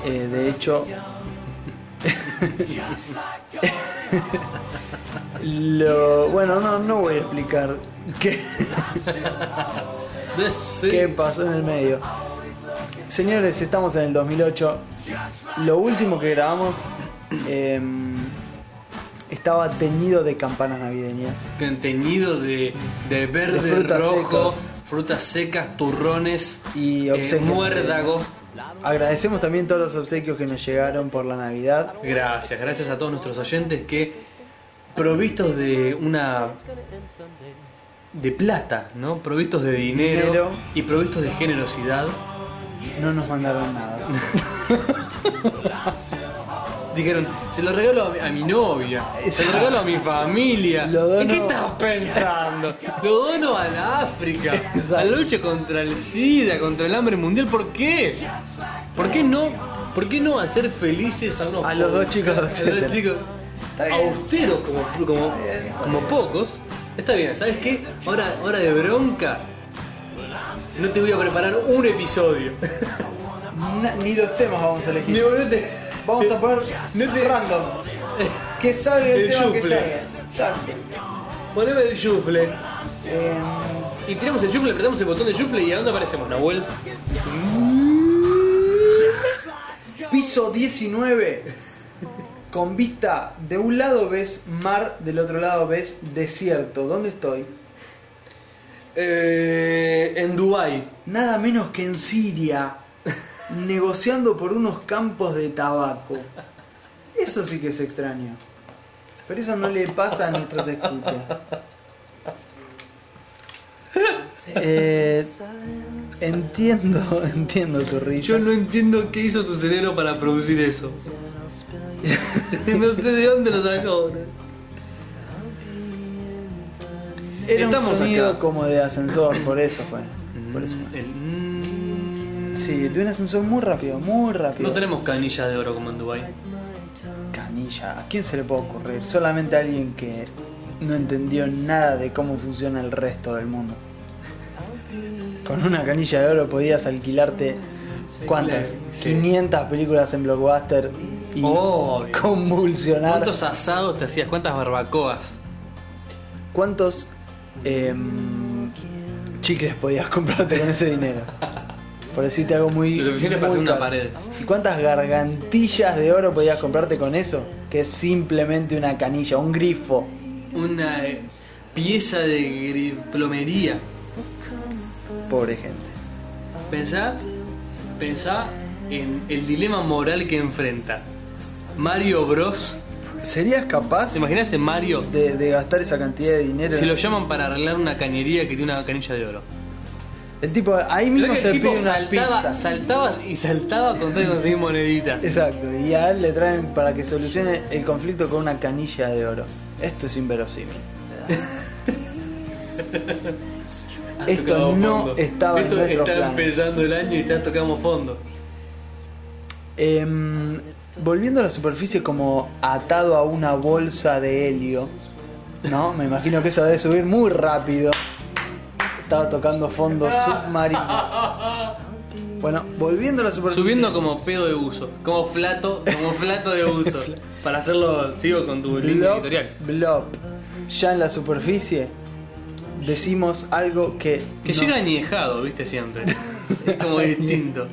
Eh, de hecho, lo, bueno, no, no voy a explicar qué,
De- sí.
qué pasó en el medio. Señores, estamos en el 2008. Lo último que grabamos eh, estaba teñido de campanas navideñas.
Contenido de, de verde,
De frutas
rojo,
secas.
frutas secas, turrones
Y
eh,
obsequios.
muérdagos.
Agradecemos también todos los obsequios que nos llegaron por la Navidad.
Gracias, gracias a todos nuestros oyentes que provistos de una de plata, ¿no? Provistos de dinero,
Dinero.
y provistos de generosidad,
No nos mandaron nada.
dijeron, se lo regalo a mi, a mi novia, se lo
Exacto.
regalo a mi familia.
Lo dono-
¿En qué estás pensando? lo dono a la África, a la lucha contra el SIDA, contra el hambre mundial, ¿por qué? ¿Por qué no? ¿Por qué no hacer felices a unos
A los dos chicos de
pobres? A los
Twitter.
dos chicos
Está bien.
austeros como, como, como pocos. Está bien, ¿sabes qué? Ahora, ahora de bronca, no te voy a preparar un episodio.
Na- ni los temas vamos a
Ni
elegir.
volvete.
Vamos a poner random. Que salga el
El
tema que
shuffle.
salga. Exacto.
Poneme el shuffle.
Em,
Y tiramos el shuffle, apretamos el botón de shuffle y ¿a dónde aparecemos, Nahuel?
piso 19. Con vista de un lado ves mar, del otro lado ves desierto. ¿Dónde estoy?
Eh, en Dubai.
Nada menos que en Siria, negociando por unos campos de tabaco. Eso sí que es extraño. Pero eso no le pasa a nuestros escuchas. Eh, entiendo, entiendo tu risa.
Yo no entiendo qué hizo tu cerebro para producir eso. no sé de dónde lo sacó.
Era un
Estamos
sonido
acá.
como de ascensor, por eso fue. Por eso fue.
El mm,
Sí, de un ascensor muy rápido, muy rápido.
No tenemos canillas de oro como en Dubai.
Canilla, ¿a quién se le puede ocurrir? Solamente a alguien que no entendió nada de cómo funciona el resto del mundo. Con una canilla de oro podías alquilarte cuántas?
Sí.
500 películas en Blockbuster y
Obvio.
convulsionar.
¿Cuántos asados te hacías? ¿Cuántas barbacoas?
¿Cuántos, em, chicles podías comprarte con ese dinero? Por decirte algo muy.
Lo suficiente para hacer
muy
una
caro.
pared.
¿Y cuántas gargantillas de oro podías comprarte con eso? Que es simplemente una canilla, un grifo.
Una eh, pieza de gri- plomería.
Pobre gente.
Pensá, pensá en el dilema moral que enfrenta Mario Bros.
¿Serías capaz
¿Te imaginas ese Mario?
de, de gastar esa cantidad de dinero?
Si lo llaman para arreglar una cañería que tiene una canilla de oro.
El tipo ahí mismo
¿Verdad que
se
el tipo
pide una
saltaba,
pizza.
saltaba y saltaba con tal de conseguir moneditas.
Exacto, y a él le traen para que solucione el conflicto con una canilla de oro. Esto es inverosímil.
Has
Esto
tocado
no
fondo.
estaba en
Esto
nuestros
está
planes.
empezando el año y está tocamos fondo.
Em, volviendo a la superficie como atado a una bolsa de helio, ¿no? Me imagino que eso debe subir muy rápido. Estaba tocando fondo submarino. Bueno, volviendo a la superficie.
Subiendo como pedo de uso, como flato, como flato de uso. para hacerlo, sigo con tu línea
Blop,
editorial.
blop. Ya en la superficie decimos algo que.
Que
nos-
llega añejado, viste siempre. Es como distinto.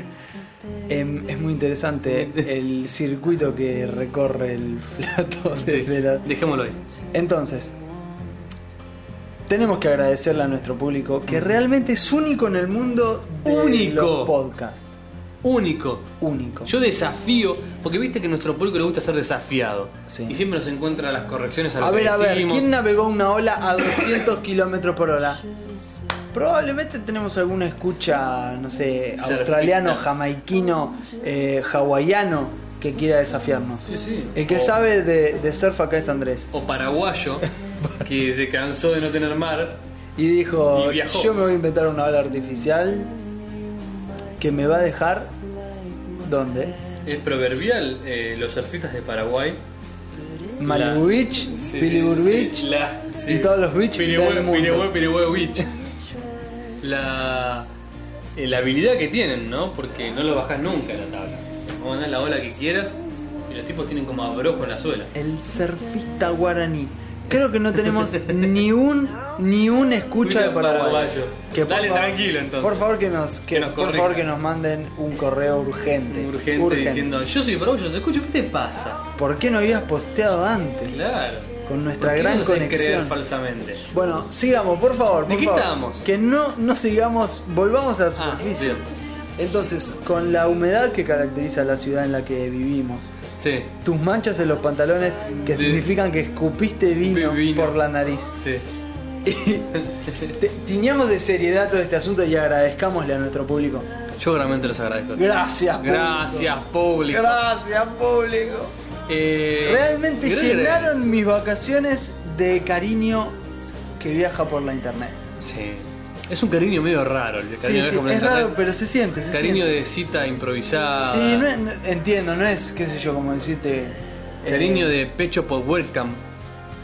Em, es muy interesante el circuito que recorre el plato
Sí,
desde la-
dejémoslo ahí.
Entonces, tenemos que agradecerle a nuestro público que realmente es único en el mundo de
Mm. Único.
los podcasts.
Único.
Único.
Yo desafío, porque viste que a nuestro público le gusta ser desafiado.
Sí.
Y siempre nos encuentra las correcciones al
a ver, a ver,
decimos.
¿quién navegó una ola a 200 kilómetros por hora? Probablemente tenemos alguna escucha, no sé,
Surfista.
australiano, jamaiquino, eh, hawaiano que quiera desafiarnos.
Sí, sí. Oh.
El que
O-
sabe de, de surf acá es Andrés.
O paraguayo, que se cansó de no tener mar.
Y dijo,
Y viajó.
yo me voy a inventar una ola artificial que me va a dejar... ¿Dónde?
Es proverbial eh, los surfistas de Paraguay.
Malibu
La-
Beach,
Sí,
Pilibur
sí,
Beach.
la- sí.
y todos los beach
Pirihue-
del mundo.
Pirihue- Pirihue Beach. La, eh, la habilidad que tienen, ¿no? Porque no lo bajás nunca la tabla. Vos andás la ola que quieras y los tipos tienen como abrojo en la suela.
El surfista guaraní. Creo que no tenemos ni un ni un escucha de
Escucha
Paraguay.
paraguayo.
por
Dale,
favor-
tranquilo, entonces.
Por favor que nos, que-
Que nos
por
corrijan.
favor que nos manden un correo urgente.
Urgente, diciendo, yo soy paraguayo, te escucho, ¿qué te pasa?
¿Por qué no habías posteado antes?
Claro. ¿Por
Con nuestra
qué
gran
nos hacen creer
conexión.
falsamente?
Bueno, sigamos, por favor.
¿De
por
qué
favor.
estábamos?
Que no, no sigamos, volvamos a la
Ah,
superficie.
bien.
Entonces, con la humedad que caracteriza la ciudad en la que vivimos,
Sí,
tus manchas en los pantalones que
Sí.
significan que escupiste vino,
Vi- vino.
por la nariz.
sí.
Te- Tiñamos de seriedad todo este asunto y agradezcámosle a nuestro público.
Yo realmente los agradezco.
Gracias, público.
Gracias, público.
Gracias, público.
Eh,
Realmente
creo que-
llenaron mis vacaciones de cariño que viaja por la internet.
Sí. Es un cariño medio raro. El cariño
Sí,
de
sí,
como
es
internet.
raro, pero se siente. Se
Cariño
siente.
de cita improvisada.
Sí, no es- no- entiendo, no es, qué sé yo, como decirte. eh,
Cariño de pecho por webcam.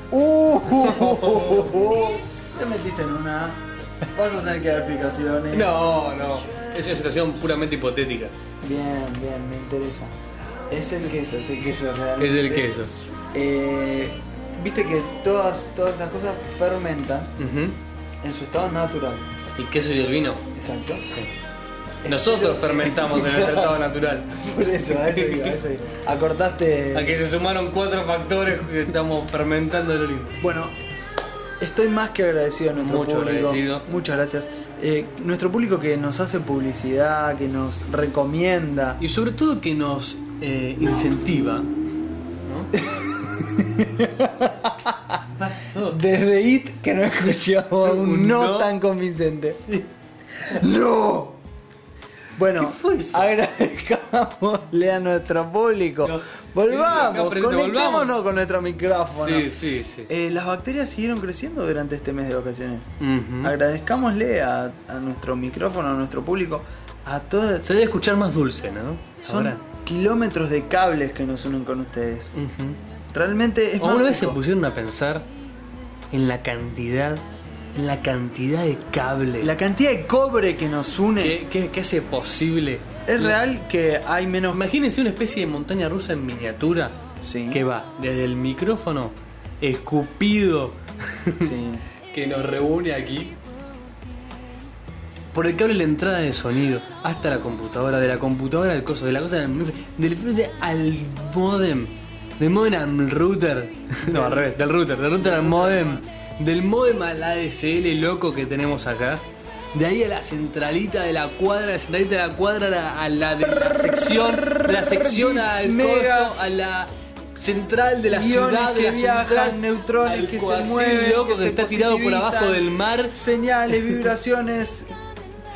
Uh, te metiste en una. Vas a tener que dar explicaciones.
No, no. Eh, Es una situación puramente hipotética.
Bien, bien, me interesa. Es el queso, es el queso realmente.
Es el queso.
Eh, Viste que todas, todas estas cosas fermentan
Ujú.
en su estado natural.
El queso y el vino.
Exacto. Este,
Sí. Nosotros fermentamos en nuestro estado natural.
Por eso, a eso iba, a eso iba. Acortaste.
A que se sumaron cuatro factores que estamos fermentando el vino.
Bueno, estoy más que agradecido a nuestro
Mucho
público.
agradecido.
Muchas gracias. Eh, nuestro público que nos hace publicidad, que nos recomienda.
Y sobre todo que nos eh, incentiva. ¿no? Pasó.
Desde IT que no escuchamos un no,
No.
tan convincente. ¡No! Bueno,
fue eso?
agradezca- Vamos, lea nuestro público.
No. Sí, acá
Volvamos,
presente,
conectémonos
volvamos.
con nuestro micrófono.
Sí, sí, sí.
Eh, las bacterias siguieron creciendo durante este mes de vacaciones.
Ujú.
Agradezcámosle a, a nuestro micrófono, a nuestro público, a todas.
Se debe escuchar más dulce, ¿no?
Son
Ahora.
kilómetros de cables que nos unen con ustedes.
Ujú.
Realmente es
¿Alguna vez se
mágico.
pusieron a pensar en la cantidad, en la cantidad de cable
La cantidad de cobre que nos une
que, que- que hace posible?
es real que hay menos.
Imagínense una especie de montaña rusa en miniatura
Sí.
que va desde el micrófono escupido
Sí.
que nos reúne aquí por el cable de la entrada de sonido hasta la computadora, de la computadora al coso, de la cosa del del frente al modem, del modem al router, no al revés, del router, del router al modem, del modem al ADSL loco que tenemos acá, de ahí a la centralita de la cuadra, la centralita de la cuadra a la, a la de la sección, de la sección al
megas.
coso, a la central de la
Guiones
ciudad, de
que
la
viajan,
central,
neutrones
al
que se
coaxil
mueven,
loco
que
que,
se
está tirado por
positivizan.
abajo del mar.
Señales, vibraciones.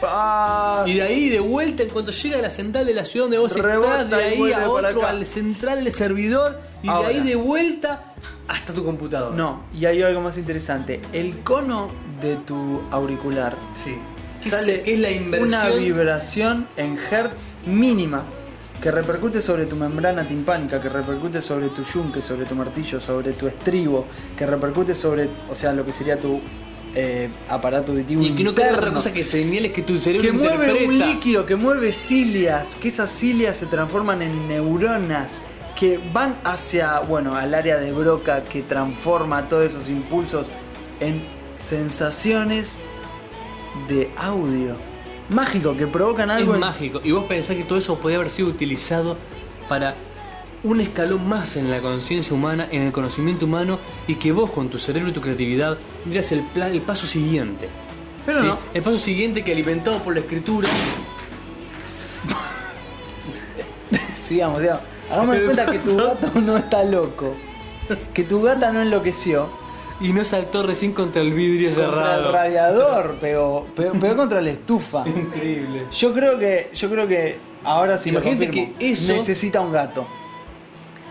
Ah,
Y de ahí de vuelta, en cuanto llega a la central de la ciudad donde vos
Rebota
estás, de
y
ahí
vuelve
a
para
otro,
acá.
al central del servidor, y
Ahora.
de ahí de vuelta hasta tu computadora.
No, y hay algo más interesante. El cono de tu auricular
Sí.
sale
que es la
una
inversión.
vibración en hertz mínima que repercute sobre tu membrana timpánica, que repercute sobre tu yunque, sobre tu martillo, sobre tu estribo, que repercute sobre, o sea, lo que sería tu eh, aparato auditivo
y que no queda otra
interno.
cosa que señales que tu cerebro
que mueve un
interpreta.
líquido, que mueve cilias, que esas cilias se transforman en neuronas que van hacia, bueno, al área de Broca que transforma todos esos impulsos en sensaciones de audio. Mágico, que provocan
Es
algo en-
mágico. Y vos pensás que todo eso podía haber sido utilizado para un escalón más en la conciencia humana, en el conocimiento humano, y que vos con tu cerebro y tu creatividad dirás el, pla- el paso siguiente.
Pero
Sí,
no.
El paso siguiente que alimentado por la escritura.
Sigamos, sigamos. Hagamos de cuenta que tu gato no está loco. Que tu gata no enloqueció.
Y no saltó recién contra el vidrio
Contra el
cerrado.
radiador, pegó, pegó, pegó contra la estufa.
Increíble.
Yo creo que, yo creo que ahora sí lo
Imagínate
confirmo.
que eso-
necesita un gato.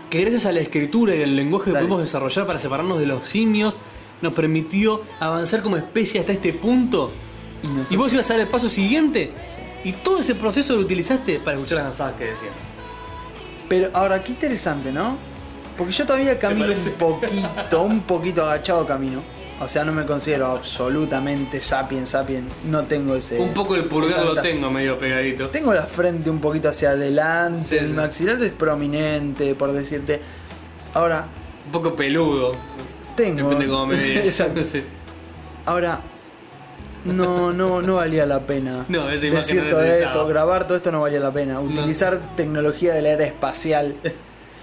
Que gracias a la escritura y al lenguaje que
Dale.
pudimos desarrollar para separarnos de los simios, nos permitió avanzar como especie hasta este punto.
Y
Y
nosotros-
vos ibas a dar el paso siguiente. Y todo ese proceso lo utilizaste para escuchar las asadas que decían.
Pero ahora qué interesante, ¿no? Porque yo todavía camino un
parece?
poquito, un poquito agachado camino. O sea, no me considero absolutamente sapien, sapien. No tengo ese.
Un poco el
esa
pulgar lo
ventaja.
tengo medio pegadito.
Tengo la frente un poquito hacia adelante.
Sí,
mi
sí.
maxilar es prominente, por decirte. Ahora,
Un poco peludo.
tengo.
Depende cómo me veas.
Exacto.
Sí.
Ahora, no, no, no valía la pena.
No, esa imagen
Decir
no
todo
necesitaba.
esto, grabar todo esto no valía la pena. Utilizar tecnología de la era espacial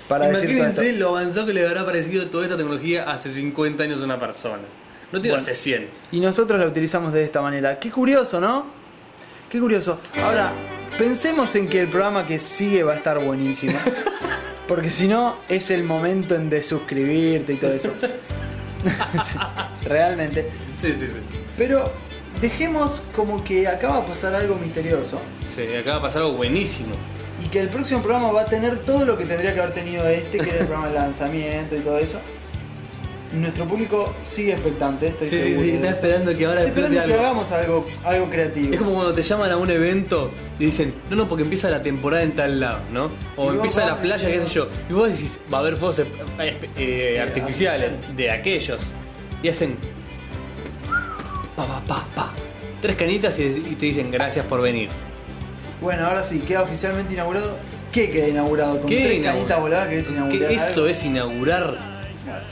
para decir todo esto.
Imagínense lo avanzado que le habrá parecido toda esta tecnología hace 50 años a una persona. No te digo hace 100.
Y nosotros la utilizamos de esta manera. Qué curioso, ¿no? Qué curioso. Ahora, pensemos en que el programa que sigue va a estar buenísimo. Porque si no, es el momento en desuscribirte y todo eso. Realmente.
Sí, sí, sí.
Pero dejemos como que acaba de pasar algo misterioso.
Sí, acaba de pasar algo buenísimo.
Y que el próximo programa va a tener todo lo que tendría que haber tenido este, que era el programa de lanzamiento y todo eso. Nuestro público sigue expectante, estoy
Sí, sí,
seguro
sí,
de
está
eso.
esperando que ahora
Está esperando
explote
que
algo.
hagamos algo, algo creativo.
Es como cuando te llaman a un evento y dicen, no, no, porque empieza la temporada en tal lado, ¿no?
Y
O
vos
empieza
vas
la
y
playa, qué
llegás.
sé yo. Y vos decís, va a haber fuegos eh, eh, eh, artificiales de aquellos. Y hacen... Pa, pa, pa, pa. Tres canitas y, y te dicen, gracias por venir.
Bueno, ahora sí, queda oficialmente inaugurado. ¿Qué queda inaugurado? ¿Con
¿Qué
tres
inaugura-
canitas voladas querés inaugurar?
¿Qué- eso
algo?
es inaugurar.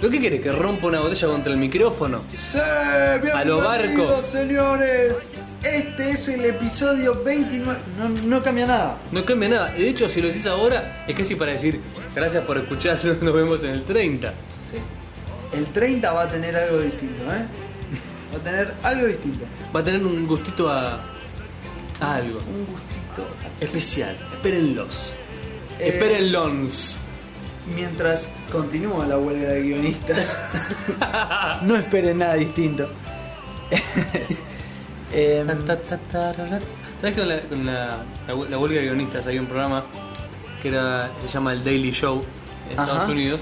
¿Pero qué querés? ¿Que rompa una botella contra el micrófono?
¡Sí!
A lo
bienvenidos,
barco.
señores! Este es el episodio 29. No, no cambia nada.
No cambia nada. De hecho, si lo decís ahora, es casi para decir, gracias por escucharnos, nos vemos en el 30.
El 30 va a tener algo distinto, ¿eh? Va a tener algo distinto.
Va a tener un gustito a, a algo
Un gustito.
especial. Espérenlos.
Eh.
Espérenlos.
Mientras continúa la huelga de guionistas, no esperen nada distinto. Em,
Ta, ta, ta, ta, ra, ra. ¿Sabes que con, la, con la, la hu- la huelga de guionistas había un programa que era se llama El Daily Show en Estados
Ajá.
Unidos,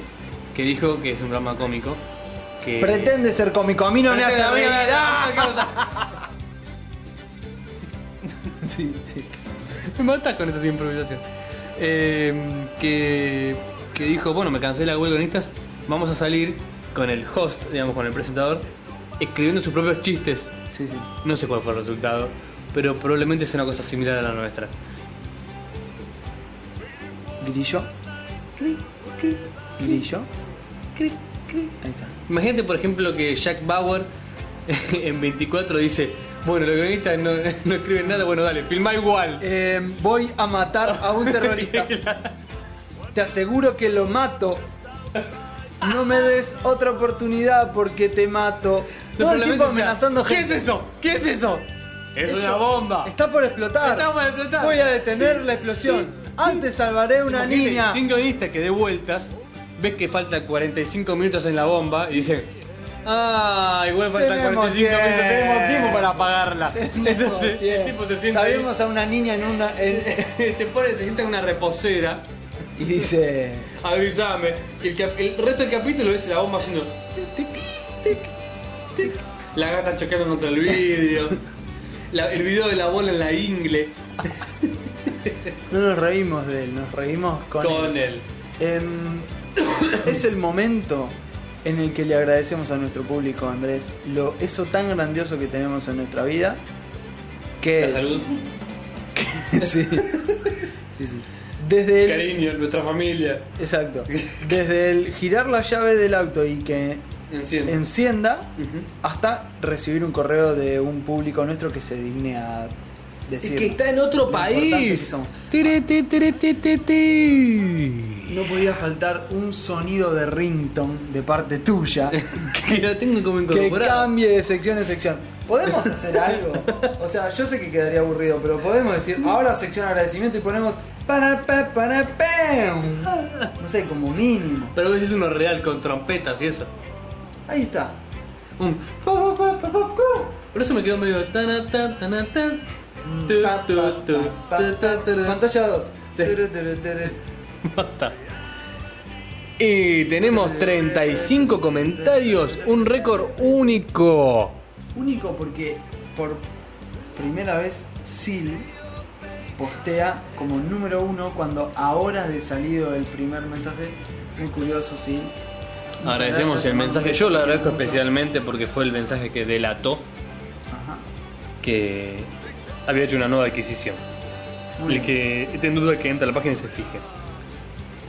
que dijo que es un programa cómico. Que
Pretende ser cómico, a mí no me hace
Pretende-
reír.
Ah, ¿qué pasa?
Sí, sí.
Me matas con esas improvisaciones. Eh, que, que dijo, bueno, me cansé de la huelga de guionistas, vamos a salir con el host, digamos, con el presentador, escribiendo sus propios chistes.
Sí, sí.
No sé cuál fue el resultado, pero probablemente sea una cosa similar a la nuestra.
Grillo. Grillo. Ahí está.
Imagínate, por ejemplo, que Jack Bauer en 24 dice, bueno, los guionistas no, no escriben nada, bueno, dale, filma igual.
Eh, voy a matar a un terrorista. Te aseguro que lo mato. No me des otra oportunidad porque te mato. Todo el
Probablemente
tiempo
sea,
amenazando
¿Qué
gente.
es eso? ¿Qué es eso? Es
Eso
una bomba.
Está por explotar.
Está por explotar.
Voy a detener la explosión. Antes salvaré una
Imagínate,
niña.
Sin guionista que dé vueltas, ves que falta 45 minutos en la bomba y dice, ah, igual faltan
Tenemos
45 minutos, tenemos
tiempo.
tiempo para apagarla.
Tenemos
Entonces, el
tiempo.
tipo se sienta ahí,
Sabemos a una niña en una. en-
se pone, se sienta en una reposera.
y dice.
Avisame. Y el, cap- el resto del capítulo es la bomba haciendo tic, tic, tic. La gata chocando contra el vidrio. La- el video de la bola en la ingle.
No nos reímos de él, nos reímos con,
Con
él.
él.
Em, es el momento en el que le agradecemos a nuestro público, Andrés, lo, eso tan grandioso que tenemos en nuestra vida. Que
La
es.
salud,
sí. sí, sí. Desde el.
cariño, nuestra familia.
Exacto. Desde el girar la llave del auto y que
Enciende.
encienda
Ujú.
hasta recibir un correo de un público nuestro que se digne a decir.
en otro
lo importante que somos.
Tere, te, tere, te, te, te.
No podía faltar un sonido de rington de parte tuya
Que lo tengo como
que
incorporado.
cambie de sección en sección. ¿Podemos hacer algo? O sea, yo sé que quedaría aburrido, pero podemos decir ahora sección agradecimiento y ponemos para pa, para pam. No sé, como mínimo.
Pero vos es uno real con trompetas y eso.
Ahí está.
Un pa, pa, pa, pa, pa, pa. Por eso me quedo medio tan tan tan tan. Tu,
Pa,
tu,
pa,
tu,
pa,
tu, tu,
pa.
tu.
Pantalla 2.
Sí. Basta. Y tenemos 35 comentarios, un récord único.
Único porque por primera vez Sil postea como número uno cuando a horas de salido el primer mensaje. Muy curioso, Sil. Muchas
Agradecemos
gracias,
el
hermano.
mensaje, yo lo agradezco
Mucho.
especialmente porque fue el mensaje que delató
Ajá.
que había hecho una nueva adquisición.
Muy
El
bien.
que esté en duda que entra a la página y se fije.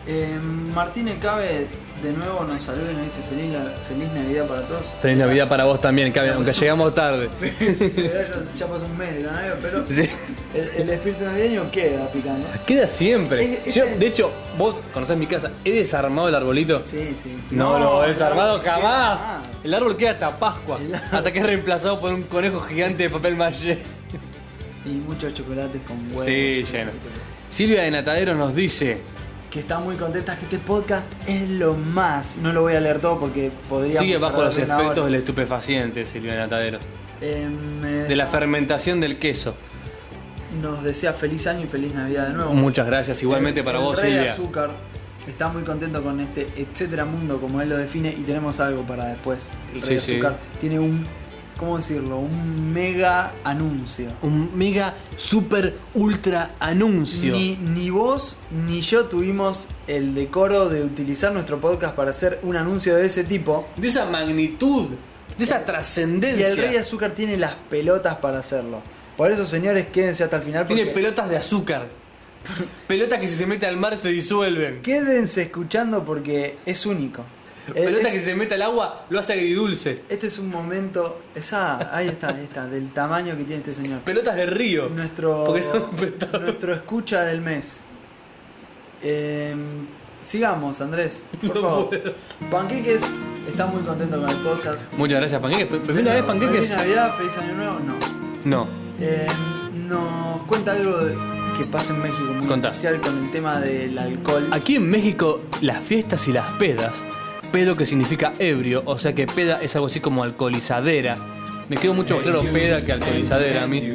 Eh, Martín Ecabe de nuevo nos saluda y nos dice feliz, la- feliz Navidad para todos.
Feliz Navidad para vos también, Cabe, aunque llegamos tarde.
ya, ya pasó un mes de la Navidad, pero el, el espíritu navideño queda picando.
Queda siempre.
Es- es-
Yo, de hecho, vos conocés mi casa, he desarmado el arbolito.
Sí, sí.
No, lo he desarmado
claro,
jamás.
queda nada.
El árbol queda hasta Pascua.
El árbol-
Hasta que es reemplazado por un conejo gigante de papel maché.
Y muchos chocolates con huevos.
Sí, lleno. Silvia de Natadero nos dice.
Que está muy contenta que este podcast es lo más. No lo voy a leer todo porque podría.
Sigue bajo los efectos del estupefaciente, Silvia de Natadero.
Em,
De la fermentación del queso.
eh, Nos desea feliz año y feliz Navidad de nuevo.
Muchas gracias, igualmente
El-
para
el
vos,
rey
Silvia.
azúcar está muy contento con este etcétera mundo como él lo define y tenemos algo para después. El rey
Sí, sí.
azúcar tiene un, ¿cómo decirlo? Un mega anuncio.
Un mega, super, ultra anuncio.
Ni, ni vos ni yo tuvimos el decoro de utilizar nuestro podcast para hacer un anuncio de ese tipo.
De esa magnitud, de esa
Y
trascendencia.
el Rey Azúcar tiene las pelotas para hacerlo. Por eso, señores, quédense hasta el final.
Tiene
porque-
pelotas de azúcar. pelotas que si se mete al mar se disuelven.
Quédense escuchando porque es único. Eh,
Pelota
es-
que se mete al agua lo hace agridulce.
Este es un momento. Esa, ahí está, ahí está, del tamaño que tiene este señor.
Pelotas de río.
Nuestro,
Porque son pelotas-
nuestro escucha del mes. Eh, sigamos, Andrés. Por
No
favor. Panqueques está muy contento con el podcast.
Muchas gracias, Panqueques. Pe- ¿Primera vez
Feliz
Panqueques?
Navidad, feliz año nuevo. No.
No.
Eh, nos cuenta algo de- que pasa en México muy
Contá.
especial con el tema del alcohol.
Aquí en México, las fiestas y las pedas, pedo que significa ebrio, o sea que peda es algo así como alcoholizadera. Me quedó mucho más claro peda que alcoholizadera a mí.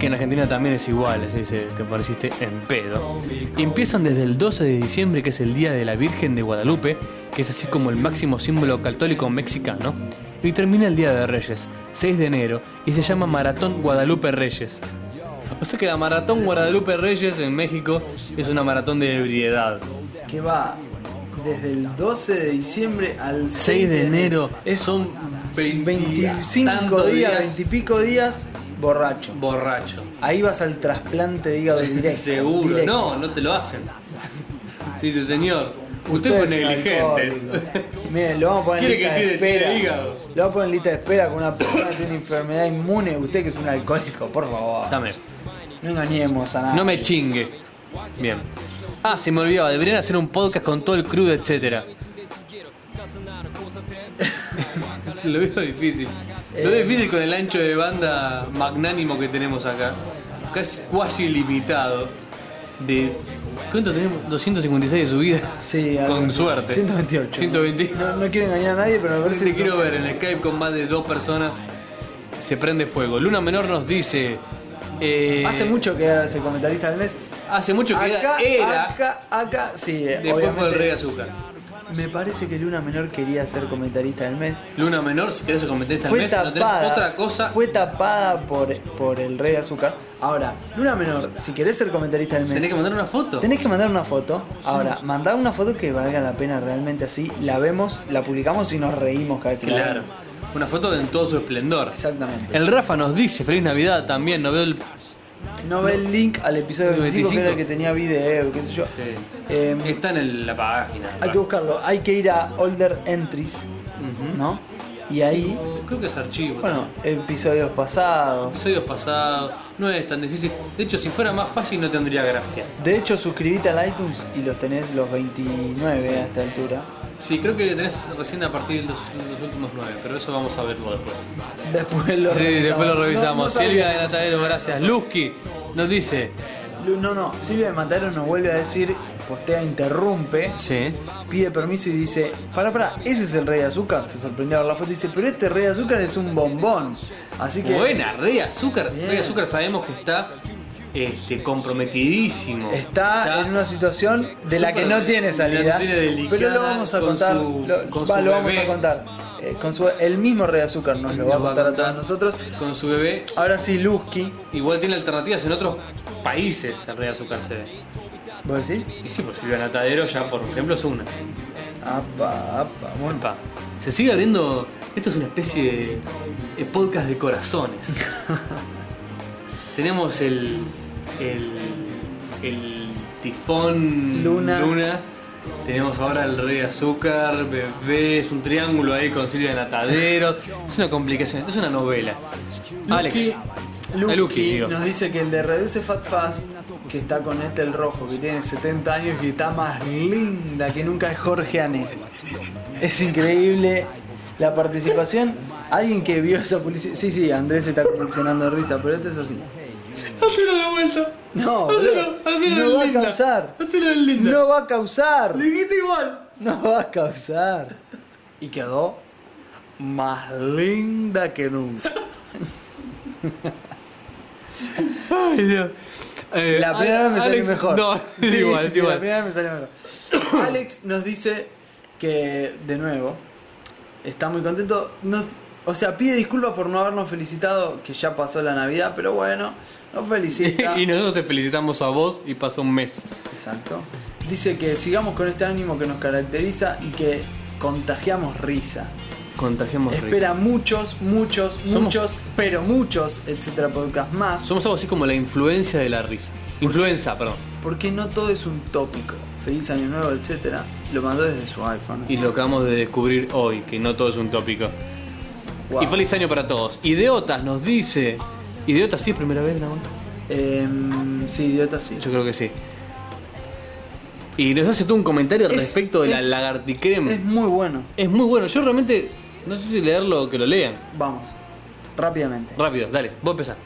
que en Argentina también es igual, así dice, te pareciste en pedo. Y empiezan desde el 12 de diciembre, que es el Día de la Virgen de Guadalupe, que es así como el máximo símbolo católico mexicano, y termina el Día de Reyes, 6 de enero, y se llama Maratón Guadalupe Reyes. O sea que la Maratón Guadalupe Reyes en México es una maratón de ebriedad.
Que va desde el 12 de diciembre al
6 de enero
Es
son
25 días, 20 y pico días borracho.
borracho.
Ahí vas al trasplante de hígado directo.
Seguro,
directo.
no, no te lo hacen. Sí, sí, señor. Usted,
Ustedes
fue
son
negligente.
alcohólicos. Miren, lo vamos a poner en
Quiere
lista
que
de
tire- tire
espera.
hígados.
Lo vamos a poner en lista de espera con una persona que tiene una enfermedad inmune. Usted que es un alcohólico, por favor.
Dame,
No engañemos a nadie.
no me chingue. Bien. Ah, se me olvidaba, deberían hacer un podcast con todo el crudo, etcétera. lo veo difícil. Lo
Eh.
veo difícil con el ancho de banda magnánimo que tenemos acá. Casi cuasi limitado. De. ¿Cuánto tenemos? 256 de subida.
Sí,
Con
algo-
suerte.
128.
120.
No, no quiero engañar a nadie, pero me parece
Te
que
quiero
son-
ver en Skype con más de dos personas. Se prende fuego. Luna Menor nos dice. eh,
Hace mucho que era ese comentarista del mes.
Hace mucho que
Acá,
era.
acá, acá, sí.
después fue el
obviamente.
Rey Azúcar.
Me parece que Luna Menor quería ser comentarista del mes.
Luna Menor, si querés comentar esta
Fue
mes, no tenés
tapada.
otra cosa.
Fue tapada por, por el Rey Azúcar. Ahora, Luna Menor, si querés ser comentarista del mes.
Tenés que mandar una foto.
Tenés que mandar una foto. Ahora, mandar una foto que valga la pena realmente así. La vemos, la publicamos y nos reímos cada vez que la
Claro.
vemos.
Una foto en todo su esplendor.
Exactamente.
El Rafa nos dice, feliz Navidad también, no veo el...
No ve el link al episodio 25, que era el
25.
que tenía video, qué sé yo.
Sí.
Em,
Está en el- la página.
hay que buscarlo. Hay que ir a Older Entries, ¿no? Y ahí,
Creo que es archivo.
bueno, episodios pasados.
Episodios pasados. No es tan difícil. De hecho, si fuera más fácil no tendría gracia.
De hecho, suscribite al iTunes y los tenés los 29 a esta altura.
Sí, creo que tenés recién a partir de los, los últimos nueve, pero eso vamos a verlo después.
Después lo
Sí,
revisamos.
después lo
No,
revisamos.
no sabía.
Silvia de Natadero, gracias. Luzki nos dice.
Lu- No, no, Silvia de Mataro nos vuelve a decir, postea, interrumpe,
Sí.
pide permiso y dice, para, para, ese es el rey de azúcar. Se sorprendió a ver la foto y dice, pero este rey de azúcar es un bombón. Así que
Buena, Rey Azúcar.
Bien.
Rey Azúcar sabemos que está este, comprometidísimo.
está, en una situación de la que
súper
no tiene salida.
la tiene delicada
pero lo vamos a
con
contar,
su-
lo,
con
va,
su
lo vamos
bebé.
a contar. Eh, con su- el mismo rey de azúcar nos lo va a
Nos
contar a todos nosotros.
Con su bebé.
Ahora sí, Lusky,
Igual tiene alternativas en otros países el Rey Azúcar se ve.
¿vos decís?
Y sí, pues Silvia Natadero ya, por ejemplo, es una.
Apa, apa, bueno.
Pa, Se sigue abriendo. Esto es una especie de, de podcast de corazones. Tenemos el. el. el tifón
Luna.
Tenemos ahora el rey azúcar, bebé, es un triángulo ahí con Silvia Natadero. Es una complicación, es una novela. Alex.
Luki
Ah, Luki, digo.
nos dice que el de Reduce Fat Fast, que está con este el rojo, que tiene 70 años y está más linda que nunca es Jorge Ane. Es increíble la participación. Alguien que vio esa publicidad. Sí, sí, Andrés está convulsionando de risa, pero esto es así.
Hacelo de vuelta.
No,
Hacelo,
boludo,
hacelo
no
del
va a
linda.
causar.
Hacelo del linda.
No va a causar.
Dijiste igual.
No va a causar. Y quedó más linda que nunca.
Ay, Dios. Eh,
La primera vez me salió
Alex-
mejor.
No, es igual, es
sí,
igual.
La primera vez me salió mejor. Alex nos dice que, de nuevo, está muy contento. Nos- o sea, pide disculpas por no habernos felicitado, que ya pasó la Navidad, pero bueno, nos felicita.
y nosotros te felicitamos a vos y pasó un mes.
Exacto. Dice que sigamos con este ánimo que nos caracteriza y que contagiamos risa.
Contagiamos
Espera muchos, muchos,
Somos-
muchos, pero muchos, etcétera, podcast más.
Somos algo así como la influencia de la risa. Influenza, perdón.
Porque no todo es un tópico. Feliz año nuevo, etcétera. Lo mandó desde su iPhone.
Y lo acabamos de descubrir hoy, que no todo es un tópico.
Wow.
Y feliz año para todos. Idiotas nos dice. Idiotas sí es primera vez, ¿no?
Em, sí, idiota, sí.
Yo creo que sí. Y nos hace tú un comentario al
Es-
respecto de la
es-
lagarticrem.
Es
Es,
muy bueno.
muy bueno. Yo realmente no sé si leerlo o que lo lean.
Vamos, rápidamente.
Rápido, dale, vos empezá.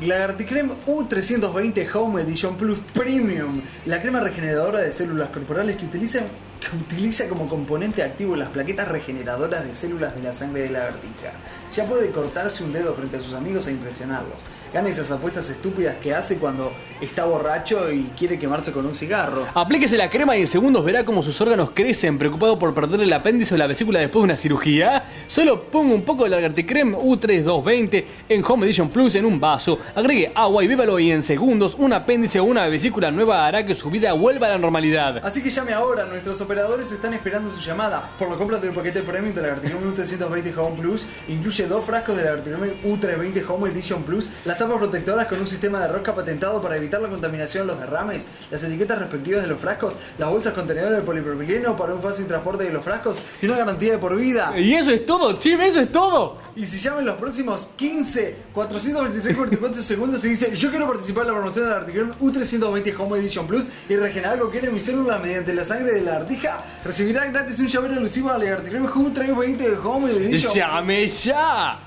Lagarticrem U320 Home Edition Plus Premium. La crema regeneradora de células corporales que utiliza, que utiliza como componente activo las plaquetas regeneradoras de células de la sangre de lagartija. Ya puede cortarse un dedo frente a sus amigos e impresionarlos. gana esas apuestas estúpidas que hace cuando está borracho y quiere quemarse con un cigarro.
Aplíquese la crema y en segundos verá cómo sus órganos crecen, preocupado por perder el apéndice o la vesícula después de una cirugía. Solo ponga un poco de Lagarticrem U3220 en Home Edition Plus en un vaso, agregue agua y bébalo y en segundos un apéndice o una vesícula nueva hará que su vida vuelva a la normalidad.
Así que llame ahora, nuestros operadores están esperando su llamada. Por lo compra de un paquete premium de la Articulum U320 Home Plus, incluye dos frascos de la Articulum U320 Home Edition Plus, las tapas protectoras con un sistema de rosca patentado para evitar la contaminación, los derrames, las etiquetas respectivas de los frascos, las bolsas contenedores de polipropileno para un fácil transporte de los frascos y una garantía de por vida.
Y eso es todo, Chim, eso es todo.
Y si llaman los próximos 15, 423, 44 segundos y dice yo quiero participar en la promoción de la Articulum U320 Home Edition Plus y regenerar lo que era mi célula mediante la sangre de la artija, recibirá gratis un llavero alusivo a la Articulum U320 Home Edition
Llame ya.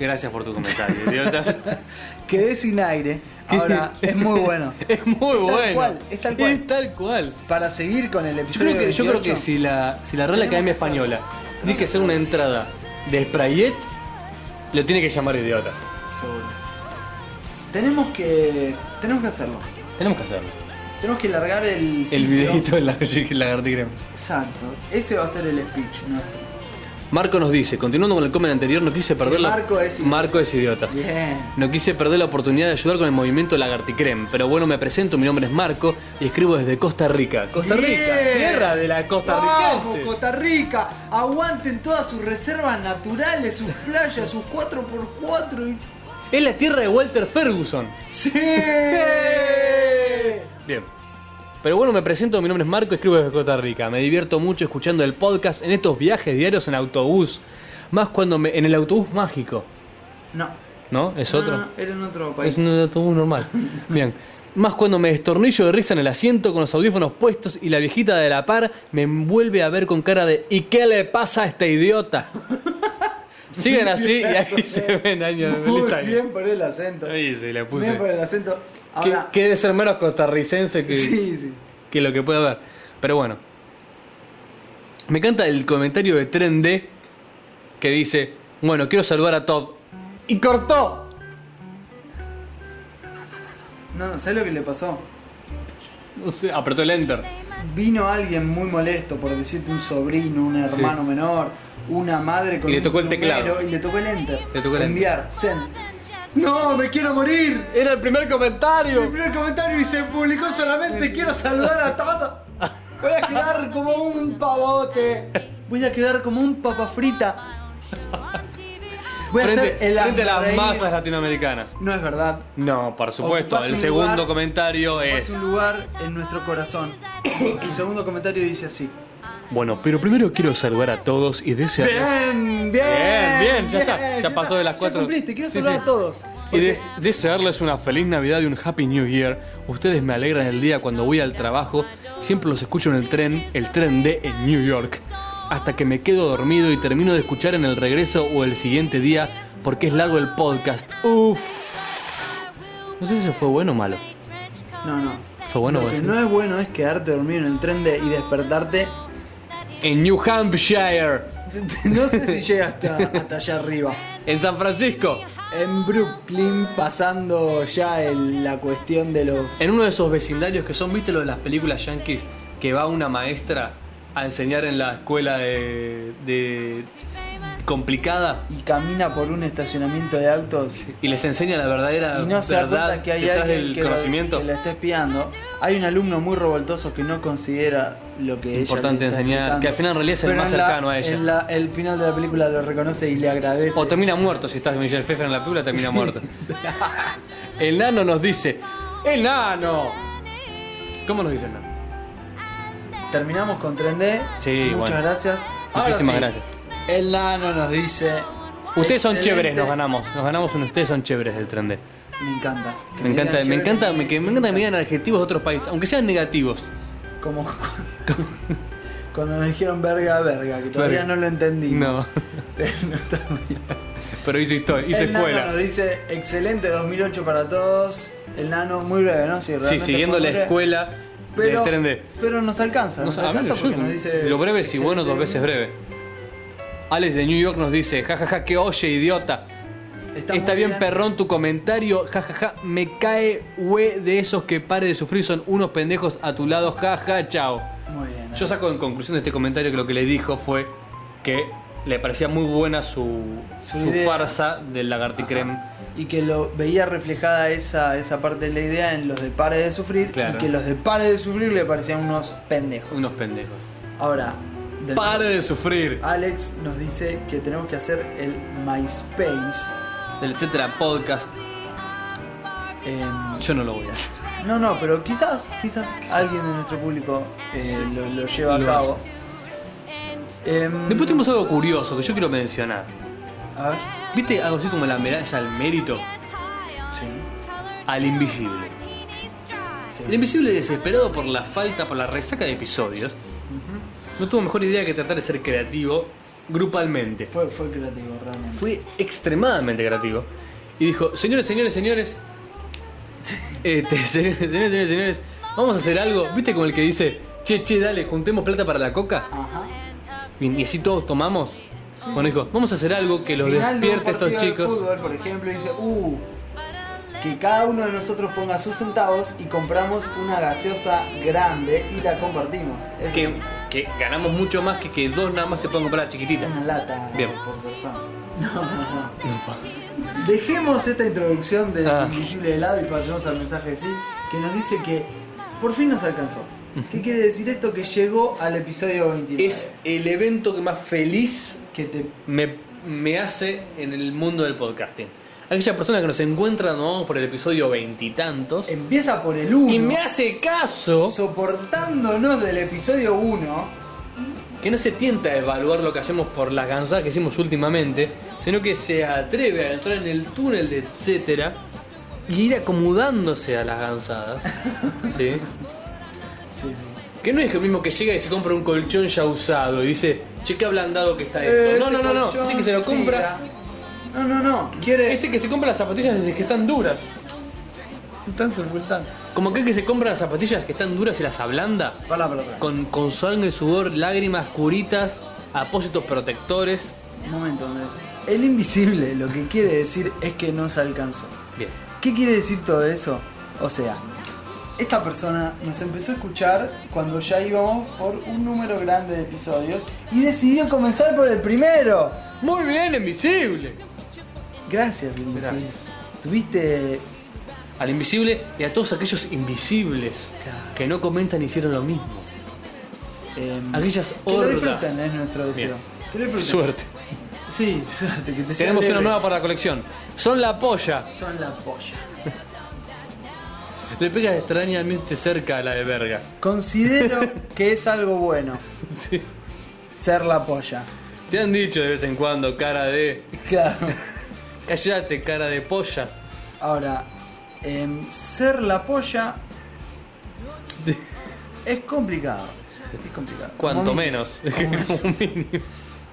Gracias por tu comentario, idiotas.
Quedé sin aire. Ahora, es muy bueno.
Es muy
tal
bueno.
cual, es tal cual.
Es tal cual.
Para seguir con el
Yo
episodio
creo que, yo creo
28,
que si la, si la Real
Tenemos
Academia
que hacerlo.
Española tiene que hacer una entrada de Sprayet, lo tiene que llamar idiotas.
seguro. Tenemos que... Tenemos que hacerlo.
Tenemos que hacerlo.
Tenemos que largar el
El
sitio.
videito de la lagartigrem.
Exacto. Ese va a ser el speech nuestro.
Marco nos dice, continuando con el comment anterior, no quise perder la-
Marco es idiota.
Marco es idiotas.
Bien.
No quise perder la oportunidad de ayudar con el movimiento Lagarticrem, pero bueno, me presento, mi nombre es Marco y escribo desde Costa Rica. Costa
Bien.
Rica, tierra de la
Vamos,
costarricense.
Costa Rica, aguanten todas sus reservas naturales, sus playas, sus 4x4 y...
Es la tierra de Walter Ferguson.
¡Sí!
Bien. Pero bueno, me presento, mi nombre es Marco, escribo desde Costa Rica. Me divierto mucho escuchando el podcast en estos viajes diarios en autobús. Más cuando me... en el autobús mágico.
No.
¿No? ¿Es
No,
otro?
no, era en otro
Es
país.
un autobús normal. Bien. Más cuando me destornillo de risa en el asiento con los audífonos puestos y la viejita de la par me vuelve a ver con cara de ¿y qué le pasa a este idiota? Sigan así y ahí se ven años de
Muy
feliz año.
bien por el acento.
Ahí se la
Bien
puse.
por el acento.
Que,
Ahora,
que debe ser menos costarricense que,
sí, sí.
que lo que puede haber. Pero bueno. Me encanta el comentario de Tren D que dice, bueno, quiero salvar a Todd. Y cortó.
No, no, ¿sabes lo que le pasó?
No sé, apretó el enter.
Vino alguien muy molesto, por decirte un sobrino, un hermano menor, una madre con
Y le
un
tocó el
plumero,
teclado.
Y le tocó el enter.
Le tocó el enter.
Enviar, send. ¡No, me quiero morir!
Era el primer comentario.
El primer comentario y se publicó solamente quiero saludar a todos. Voy a quedar como un pavote. Voy a quedar como un papa frita. Voy a
frente,
ser el
frente a las
Azrael.
masas latinoamericanas.
No es verdad.
No, por supuesto.
Ocupás
El
un
segundo
lugar-
comentario
Es
es.
un lugar en nuestro corazón. Tu segundo comentario dice así.
Bueno, pero primero quiero saludar a todos y desearles.
Bien, bien.
Bien, bien, ya está, ya pasó de las cuatro.
Ya cumpliste, quiero
Sí,
saludar
sí.
a todos.
Y des- desearles una feliz Navidad y un Happy New Year. Ustedes me alegran el día cuando voy al trabajo. Siempre los escucho en el tren, el tren D en New York. Hasta que me quedo dormido y termino de escuchar en el regreso o el siguiente día porque es largo el podcast. Uf. No sé si eso fue bueno o malo.
No, no.
Fue bueno o
Lo que
así.
no es bueno es quedarte dormido en el tren de- y despertarte.
En New Hampshire.
No sé si llega hasta, hasta allá arriba.
En San Francisco.
En Brooklyn, pasando ya el- la cuestión de los.
En uno de esos vecindarios que son, viste, lo de las películas yankees, que va una maestra a enseñar en la escuela de, de- complicada
y camina por un estacionamiento de autos
y les enseña la verdadera
y no se da
verdad
cuenta que hay
detrás
alguien
del
que lo,
conocimiento.
que la está espiando. Hay un alumno muy revoltoso que no considera lo que
Importante
ella le está
enseñar,
explicando.
que al final en realidad es el
Pero
más
en la-
cercano a ella.
en la- el final de la película lo reconoce y le agradece.
O termina muerto, si estás Michelle Pfeiffer en la película, termina muerto. el nano nos dice, ¡El nano! ¿Cómo nos dice el nano?
Terminamos con Trendé.
Sí,
Muchas
bueno.
gracias.
Muchísimas
Ahora sí,
gracias.
El nano nos dice.
Ustedes son
"Excelente".
chéveres, nos ganamos. Nos ganamos un ustedes son chéveres del tren D.
Me encanta. Que
Me encanta, me
digan chévere,
encanta, me, que, me encanta que me digan adjetivos de otros países, aunque sean negativos.
Como cuando nos dijeron verga, verga, que todavía
Verga.
no lo entendimos.
No,
Pero no está bien.
pero hizo historia, hizo
el
escuela.
Nano nos dice, excelente 2008 para todos. El nano, muy breve, ¿no? Sí,
sí,
realmente
siguiendo
fue
la
muy breve.
escuela
pero,
del tren D.
Pero nos alcanza,
No
nos
sé, a mí
alcanza
yo-
porque nos dice...
lo breve si bueno, dos veces
excelente.
breve. Alex de New York nos dice, jajaja, que oye, idiota.
Está
Está,
muy
bien,
bien.
perrón tu comentario, jajaja. Me cae hue de esos que pare de sufrir, son unos pendejos a tu lado, jaja, chao.
Muy bien.
Yo saco en conclusión de este comentario que lo que le dijo fue que le parecía muy buena su,
Su
su
idea.
farsa del lagarticrem.
Y que lo veía reflejada esa, esa parte de la idea en los de Pare de Sufrir.
Claro.
Y que los de Pare de Sufrir le parecían unos pendejos.
Unos pendejos.
Ahora, del-
Pare de sufrir.
Alex nos dice que tenemos que hacer el MySpace.
Del etcétera podcast.
em,
Yo no lo voy a hacer.
No, no, pero quizás, quizás, alguien de nuestro público eh, lo, lo lleva
Lo
a cabo.
hace.
Em,
Después tuvimos algo curioso que yo quiero mencionar.
A ver,
¿Viste algo así como la medalla al mérito?
sí,
Al invisible.
sí.
El invisible desesperado por la falta, por la resaca de episodios, no tuvo mejor idea que tratar de ser creativo grupalmente.
Fue, fue creativo, realmente.
Fue extremadamente creativo. Y dijo, señores, señores, señores, este, señores, señores, señores, señores, vamos a hacer algo. ¿Viste como el que dice, che, che, dale, juntemos plata para la coca?
Ajá.
Bien, y así todos tomamos. Bueno, dijo, vamos a hacer algo que los
Final de un
despierte a estos
partido de
chicos.
fútbol, por ejemplo, dice, uh, que cada uno de nosotros ponga sus centavos y compramos una gaseosa grande y la compartimos. Es
que, que ganamos mucho más que que dos nada más se puedan comprar la chiquitita.
una lata
Bien.
por persona. No, no, no. Dejemos esta introducción de
Ah.
Invisible de lado y pasemos al mensaje de sí, que nos dice que por fin nos alcanzó. ¿Qué quiere decir esto? Que llegó al episodio 29.
Es el evento que más feliz
que te
me, me hace en el mundo del podcasting. Aquella persona que nos encuentra, nos vamos por el episodio veintitantos.
empieza por el 1,
Y me hace caso
soportándonos del episodio 1.
que no se tienta a evaluar lo que hacemos por las cansadas que hicimos últimamente, sino que se atreve a entrar en el túnel de etcétera y ir acomodándose a las cansadas. ¿Sí?
Sí, sí.
Que no es lo mismo que llega y se compra un colchón ya usado y dice, che, qué ablandado que está esto.
Eh,
no,
este
no, no, no.
colchón
Ese que se lo compra.
tira. No, no, no. Quiere.
Ese que se compra las zapatillas desde que están duras.
Están sepultando.
Como que, que se compra las zapatillas que están duras y las ablanda.
Pará, pará, pará.
Con, con sangre, sudor, lágrimas, curitas, apósitos protectores.
Un momento, Andrés. El invisible lo que quiere decir es que nos alcanzó.
Bien.
¿Qué quiere decir todo eso? O sea, esta persona nos empezó a escuchar cuando ya íbamos por un número grande de episodios y decidió comenzar por el primero.
Muy bien, invisible.
Gracias, Invisible.
Gracias.
Tuviste.
Al invisible y a todos aquellos invisibles
Claro.
que no comentan y hicieron lo mismo.
em,
Aquellas
Que lo
hordas.
disfruten, es nuestro deseo.
Bien.
Que lo disfruten.
Suerte.
Sí, suerte, que te sea
Tenemos una
leve.
nueva para la colección. Son la polla.
Son la polla.
Le pega extrañamente cerca a la de verga.
Considero que es algo bueno
Sí.
ser la polla.
Te han dicho de vez en cuando, cara de.
Claro.
Callate, cara de polla.
Ahora, em, ser la polla es complicado. Es complicado.
Cuanto
Como mí-
menos. Como mínimo.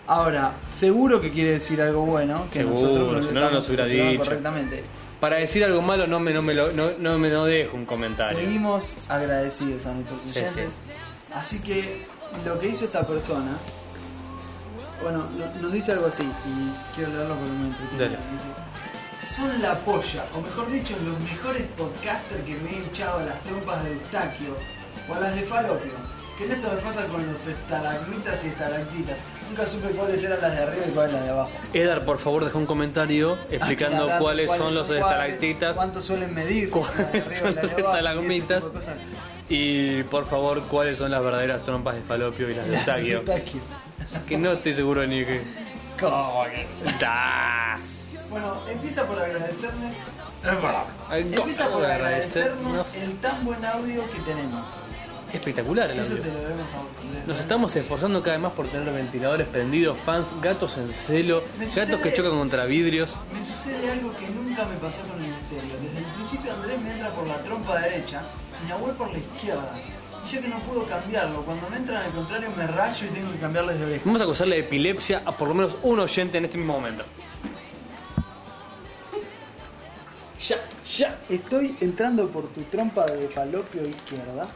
Ahora, seguro que quiere decir algo bueno, que
Seguro,
nosotros lo
si no, no
estamos
nos hubiera
acostumbrados
dicho.
correctamente.
Para decir algo malo, no me, no me, lo, no, no me no dejo un comentario.
Seguimos agradecidos a nuestros
Sí,
oyentes. Así que lo que hizo esta persona, bueno, lo- nos dice algo así, y quiero leerlo por un momento.
Dale.
Son la polla, o mejor dicho, los mejores podcasters que me he echado a las trompas de Eustaquio o a las de Falopio. Que en esto me pasa con los estalagmitas y estalactitas. Nunca supe cuáles eran las de arriba y cuáles las de abajo.
Edar, por favor, deja un comentario explicando
Aclarando
cuáles, son los
cuáles,
estalactitas.
¿Cuántos suelen medir?
cuáles
las de arriba y
son
las de
los
abajo, y ese
estalagmitas.
tipo de cosas.
Y por favor, cuáles son las verdaderas trompas de falopio y las de Eustaquio.
Eustaquio.
Que no estoy seguro ni que. Ta.
Bueno, empieza por agradecernos.
Ay,
Empieza por
¿cómo
agradecernos
agradecernos?
el tan buen audio que tenemos.
Espectacular el
Eso
audio.
te lo debemos a vos. Andrés. ¿eh?
Nos estamos esforzando cada vez más por tener ventiladores prendidos, fans, gatos en celo,
Me sucede-
gatos que chocan contra vidrios.
Me sucede algo que nunca me pasó con el misterio. Desde el principio Andrés me entra por la trompa derecha y Nahuel por la izquierda. Y yo que no puedo cambiarlo, cuando me entran al contrario me rayo y tengo que cambiarles de oreja.
Vamos a acusarle de epilepsia a por lo menos un oyente en este mismo momento. Ya, ya.
Estoy entrando por tu trompa de falopio izquierda.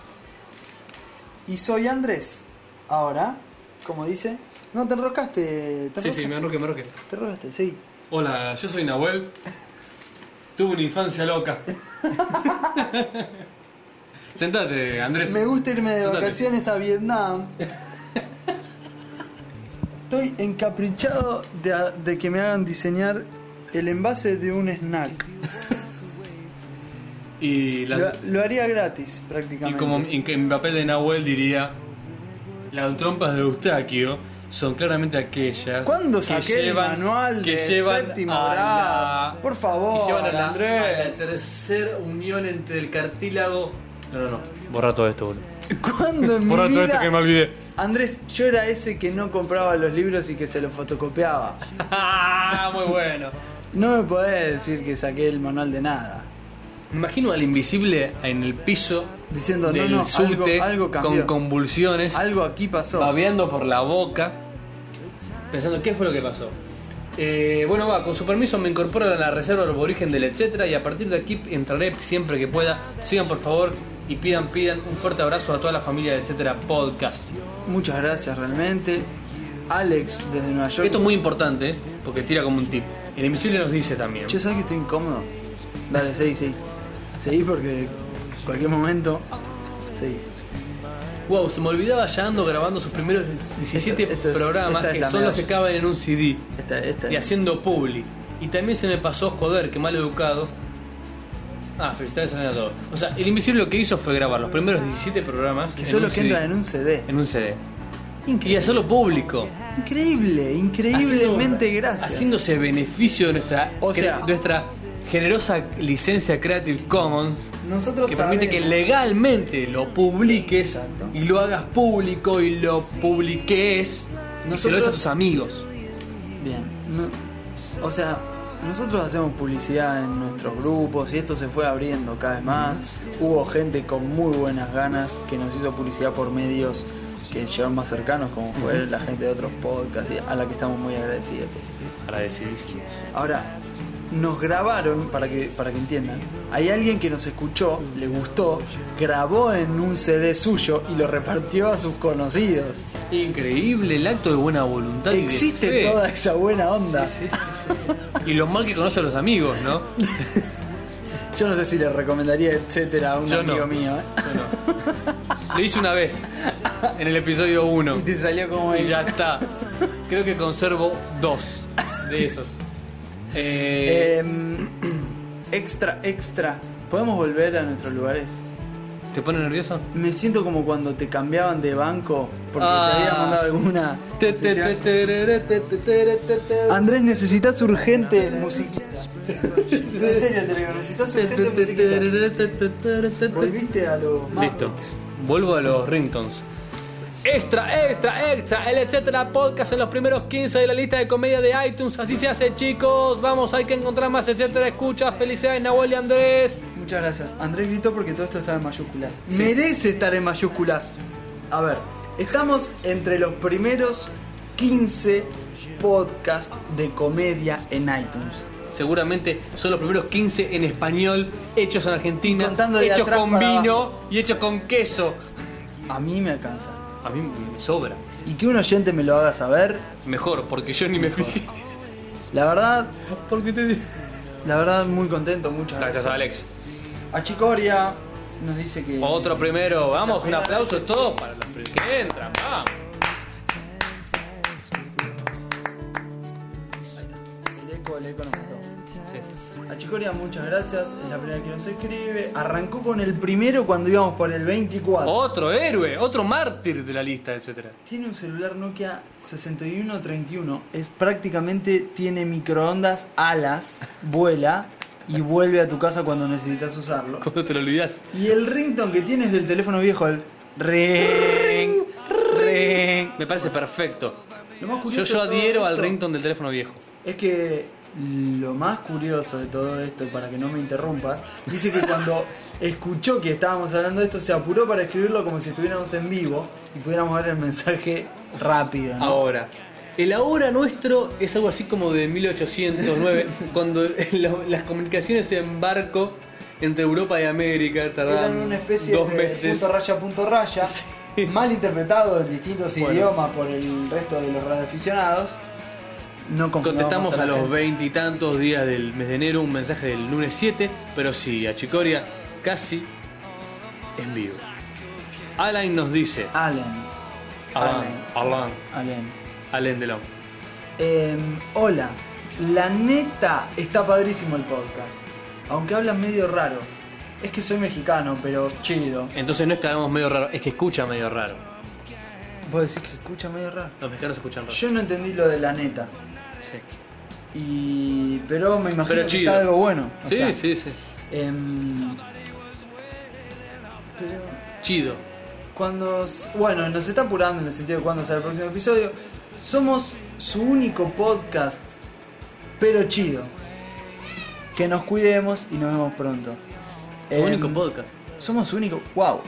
Y soy Andrés. Ahora, como dice. No, te enroscaste. te
Sí, sí,
enroscaste.
me enroque, me enroque.
Te robaste, sí.
Hola, yo soy Nahuel. Tuve una infancia loca. Sentate, Andrés.
Me gusta irme de
Sentate.
vacaciones a Vietnam. Estoy encaprichado de, de que me hagan diseñar el envase de un snack.
Y, la-
Lo, lo haría gratis
y
prácticamente.
como en, que en papel de Nahuel diría, las trompas de Eustaquio son claramente aquellas
¿Cuándo
que
saqué
llevan,
el manual
que
de
llevan
séptimo
a
grado?
la-
Por favor,
que llevan a la,
Andrés.
tercera unión entre el cartílago. No, no, no. Borra todo esto, boludo.
¿Cuándo en mi
Borra todo
vida?
esto que me olvidé.
Andrés, yo era ese que no compraba los libros y que se los fotocopiaba.
Muy bueno.
No me podés decir que saqué el manual de nada.
Me imagino al invisible en el piso
Diciendo, no,
del
no, algo-
subte
algo
con
cambió.
convulsiones,
Algo aquí pasó.
babeando por la boca, pensando qué fue lo que pasó. Eh, bueno, va, con su permiso me incorporo a la reserva arborigen del etcétera y a partir de aquí entraré siempre que pueda. Sigan por favor y pidan, pidan un fuerte abrazo a toda la familia del etcétera podcast.
Muchas gracias realmente. Alex desde Nueva York.
Esto es muy importante eh, porque tira como un tip. El invisible nos dice también.
Che, ¿sabes que estoy incómodo? Dale, seguí, seguí. Seguí porque cualquier momento. Seguí.
Wow, se me olvidaba ya ando grabando sus primeros 17
Esto- esto es-
programas
esta es
que
la
son los
medalla.
que caben en un CD.
Esta, esta.
y haciendo publi. Y también se me pasó, joder, que mal educado. Ah, felicidades a todos. O sea, el invisible lo que hizo fue grabar los primeros 17 programas.
que son los que entran en
en un
un CD.
CD. En un CD. Y hacerlo público.
Increíble, increíblemente
Haciendo-
gracias.
Haciéndose beneficio de nuestra,
O sea-
cre- nuestra generosa licencia Creative Commons.
Nosotros
que permite que
sabemos.
legalmente lo publiques
Exacto.
y lo hagas público y lo publiques. Y se lo des a
Nosotros-
tus amigos.
Bien. no- o sea, nosotros hacemos publicidad en nuestros grupos y esto se fue abriendo cada vez más. Hubo gente con muy buenas ganas que nos hizo publicidad por medios que llegaron más cercanos, como fue la gente de otros podcasts, y a la que estamos muy agradecidos.
Agradecidísimos.
Ahora, nos grabaron, para que, para que entiendan, hay alguien que nos escuchó, le gustó, grabó en un CD suyo y lo repartió a sus conocidos.
Increíble el acto de buena voluntad. y de
Existe
fe.
toda esa buena onda.
Sí, sí, sí, sí. Y lo mal que conoce a los amigos, ¿no?
Yo no sé si le recomendaría, etcétera, a un
Yo
amigo
no.
mío. ¿eh?
Lo hice una vez, en el episodio 1.
Y te salió como
Y
el-
ya está. Creo que conservo dos de esos. Eh,
Em, extra, extra. ¿Podemos volver a nuestros lugares?
¿Te pone nervioso?
Me siento como cuando te cambiaban de banco porque
Ah,
te habían mandado
sí.
alguna.
Te, te, te, tereré, te, te, tereré, te, te.
Andrés, necesitas urgente musiquita. en serio te digo, necesitas
Te, te,
urgente
te,
musiquita.
tereré, te, te, tereré, te, te.
Volviste a los
Listo.
Muppets.
Vuelvo a los ringtons. Extra, extra, extra, el etcétera podcast en los primeros 15 de la lista de comedia de iTunes. Así se hace, chicos. Vamos, hay que encontrar más etcétera. Escucha, felicidades, Nahuel y Andrés.
Muchas gracias. Andrés gritó porque todo esto estaba en mayúsculas. Merece estar en mayúsculas. A ver, estamos entre los primeros 15 podcasts de comedia en iTunes.
Seguramente son los primeros 15 en español, hechos en
Y
Argentina,
contando de
hechos
atrás
con
para
vino y hechos con queso.
A mí me alcanza.
A mí me sobra.
Y que un oyente me lo haga saber,
Mejor, porque yo ni me fijé.
la verdad,
Porque te...
la verdad muy contento, muchas
Gracias,
gracias.
Alex.
A Chicoria nos dice que...
Otro primero. Vamos, un aplauso todos para los que entran. Vamos.
Ahí está. El eco, el eco nos mató.
Sí.
A Chicoria muchas gracias, es la primera que nos escribe. Arrancó con el primero cuando íbamos por el 24.
Otro héroe, otro mártir de la lista, etcétera.
Tiene un celular Nokia 6131. Es prácticamente tiene microondas, alas, vuela y vuelve a tu casa cuando necesitas usarlo.
Cuando te lo olvidas.
Y el ringtone que tienes del teléfono viejo, el ring, ring.
Me parece perfecto.
Lo más
Yo,
curioso
yo
de todo
adhiero al
esto
ringtone del teléfono viejo.
Es que lo más curioso de todo esto, para que no me interrumpas, dice que cuando escuchó que estábamos hablando de esto, se apuró para escribirlo como si estuviéramos en vivo y pudiéramos ver el mensaje rápido. ¿no?
Ahora. El ahora nuestro es algo así como de 1809, cuando lo- las comunicaciones en barco entre Europa y América
Eran
tardaban
una especie
dos
de
meses.
punto raya punto raya, mal interpretado en distintos
Bueno.
idiomas por el resto de los radioaficionados. No confundamos
Contestamos a
la
los
gente.
veintitantos días del mes de enero un mensaje del lunes 7, pero sí, a Chicoria casi en vivo. Alan nos dice,
Alan.
Alan, Alan,
Alan.
Alan Delon.
Eh, hola, la neta está padrísimo el podcast. Aunque hablan medio raro. Es que soy mexicano, pero chido.
Entonces no es que hagamos medio raro, es que escucha medio raro.
Vos decís que escucha medio raro.
Los mexicanos escuchan raro.
Yo no entendí lo de la neta.
Sí,
Y. Pero me imagino
Pero
que
chido.
está algo bueno. o
sí,
sea,
sí, sí.
em, pero
Chido.
cuando. s- Bueno, nos está apurando en el sentido de cuando sale el próximo episodio. Somos su único podcast, pero chido. Que nos cuidemos y nos vemos pronto.
Tu
Em,
único podcast.
Somos su único. ¡Wow!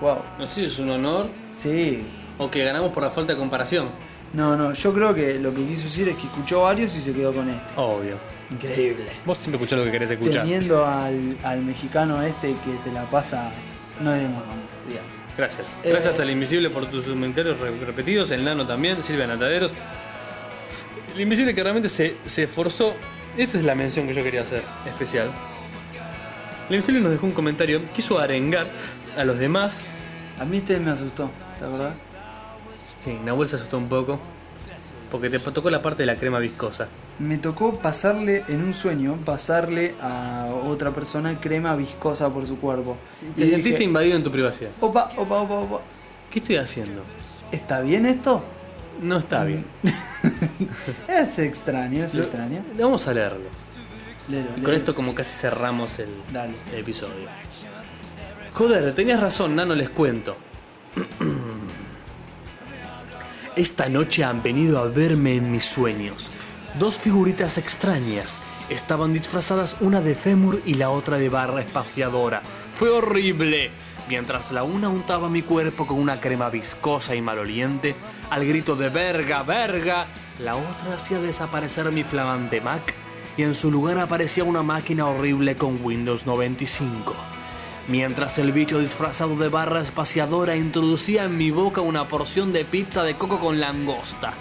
¡Wow!
No sé si es un honor
Sí.
o que ganamos por la falta de comparación.
No, no, yo creo que lo que quiso decir es que escuchó varios y se quedó con este.
Obvio.
Increíble.
Vos siempre escuchás lo que querés escuchar.
Teniendo al, al mexicano este que se la pasa, no es de mamá.
Gracias.
Eh,
Gracias al Invisible por tus comentarios re- repetidos, el Nano también, Silvia Nataderos. El Invisible que realmente se, se esforzó. Esa es la mención que yo quería hacer, especial. El Invisible nos dejó un comentario, quiso arengar a los demás.
A mí este me asustó, ¿te acordás?
Sí, Nahuel se asustó un poco, porque te tocó la parte de la crema viscosa.
Me tocó pasarle en un sueño, pasarle a otra persona crema viscosa por su cuerpo.
Te
Y
sentiste
dije,
invadido en tu privacidad.
Opa, opa, opa, opa.
¿Qué estoy haciendo?
¿Está bien esto?
No está bien.
Es extraño, es extraño.
Vamos a leerlo.
Léelo,
Y
léelo.
con esto como casi cerramos el,
Dale.
el episodio. Joder, tenías razón, Nano, les cuento. Esta noche han venido a verme en mis sueños. Dos figuritas extrañas. Estaban disfrazadas una de fémur y la otra de barra espaciadora. Fue horrible. Mientras la una untaba mi cuerpo con una crema viscosa y maloliente, al grito de verga, verga, la otra hacía desaparecer mi flamante Mac y en su lugar aparecía una máquina horrible con Windows 95. Mientras el bicho disfrazado de barra espaciadora introducía en mi boca una porción de pizza de coco con langosta.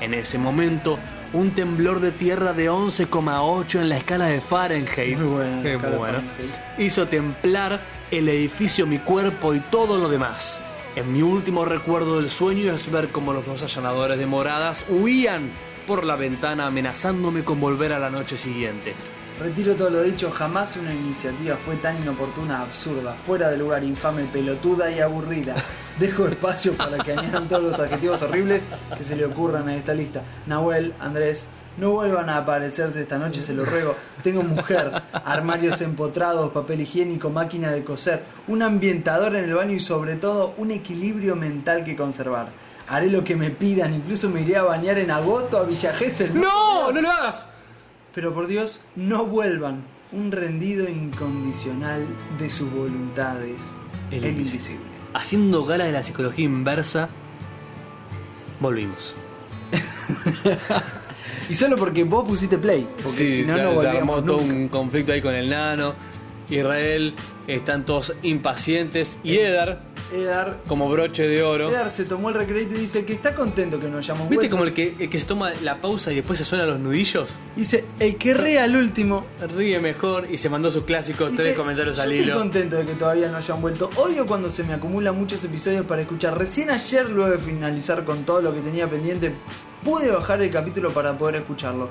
En ese momento, un temblor de tierra de 11,8 en la escala de Fahrenheit
Muy buena la
Qué
escala de
bueno.
Fahrenheit.
hizo templar el edificio, mi cuerpo y todo lo demás. En mi último recuerdo del sueño es ver cómo los dos allanadores de moradas huían por la ventana amenazándome con volver a la noche siguiente.
Retiro todo lo dicho, jamás una iniciativa fue tan inoportuna, absurda, fuera de lugar, infame, pelotuda y aburrida. Dejo espacio para que añadan todos los adjetivos horribles que se le ocurran a esta lista. Nahuel, Andrés, no vuelvan a aparecerse esta noche, se lo ruego. Tengo mujer, armarios empotrados, papel higiénico, máquina de coser, un ambientador en el baño y sobre todo un equilibrio mental que conservar. Haré lo que me pidan, incluso me iré a bañar en agosto a Villa Gesell.
¡No! ¡No lo hagas!
Pero por Dios, no vuelvan. Un rendido incondicional de sus voluntades. El,
El
invisible.
haciendo gala de la psicología inversa, volvimos.
Y solo porque vos pusiste play. Porque si no,
se,
no
se
volvíamos
armó todo
nunca.
un conflicto ahí con el nano. Israel, están todos impacientes. Y Edar,
Edar,
como broche de oro.
Edar se tomó el recrédito y dice que está contento que nos llamó.
¿Viste como el que, el que se toma la pausa y después se suenan los nudillos?
Dice, el que rea al último.
Ríe mejor y se mandó sus clásicos
Dice,
tres comentarios
"Yo
al
Estoy
hilo.
contento de que todavía no hayan vuelto. Odio cuando se me acumulan muchos episodios para escuchar. Recién ayer, luego de finalizar con todo lo que tenía pendiente, pude bajar el capítulo para poder escucharlo.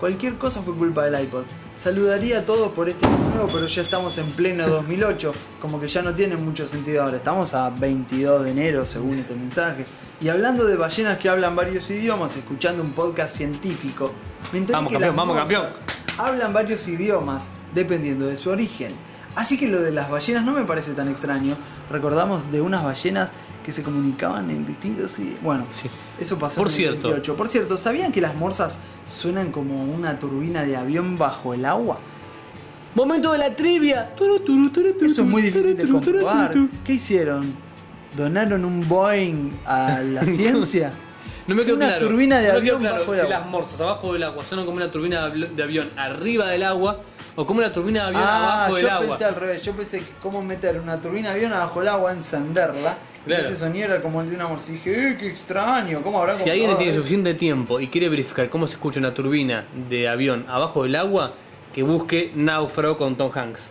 Cualquier cosa fue culpa del iPod. Saludaría a todos por este año nuevo, pero ya estamos en pleno 2008. Como que ya no tiene mucho sentido ahora. Estamos a 22 de enero, según este mensaje. Y hablando de ballenas que hablan varios idiomas, escuchando un podcast científico, me enteré
Vamos,
que
campeón,
las
vamos,
morsas
campeón.
hablan varios idiomas dependiendo de su origen. Así que lo de las ballenas no me parece tan extraño. Recordamos de unas ballenas que se comunicaban en distintos idiomas. Bueno,
Sí.
eso pasó
Por
en el
cierto.
28. Por cierto, ¿sabían que las morsas suenan como una turbina de avión bajo el agua?
Momento de la trivia. Turu, turu, turu, turu,
Eso es muy
turu,
difícil de
turu, turu,
comprobar.
turu,
¿Qué hicieron? ¿Donaron un Boeing a la ciencia?
turu. No me quedó
Una
claro.
turbina de
no me quedó
avión
claro
bajo el
si
agua.
las morsas abajo del agua son como una turbina de avio- de avión arriba del agua o como una turbina de avión
Ah,
abajo
yo
del
pensé
agua.
al revés, yo pensé que cómo meter una turbina de avión abajo el agua, encenderla, y
Claro.
ese sonido era como el de una morsa. Y dije, "Eh, qué extraño, ¿cómo habrá
Si alguien
comprobado
tiene
eso?".
suficiente tiempo y quiere verificar cómo se escucha una turbina de avión abajo del agua, que busque Náufrago con Tom Hanks.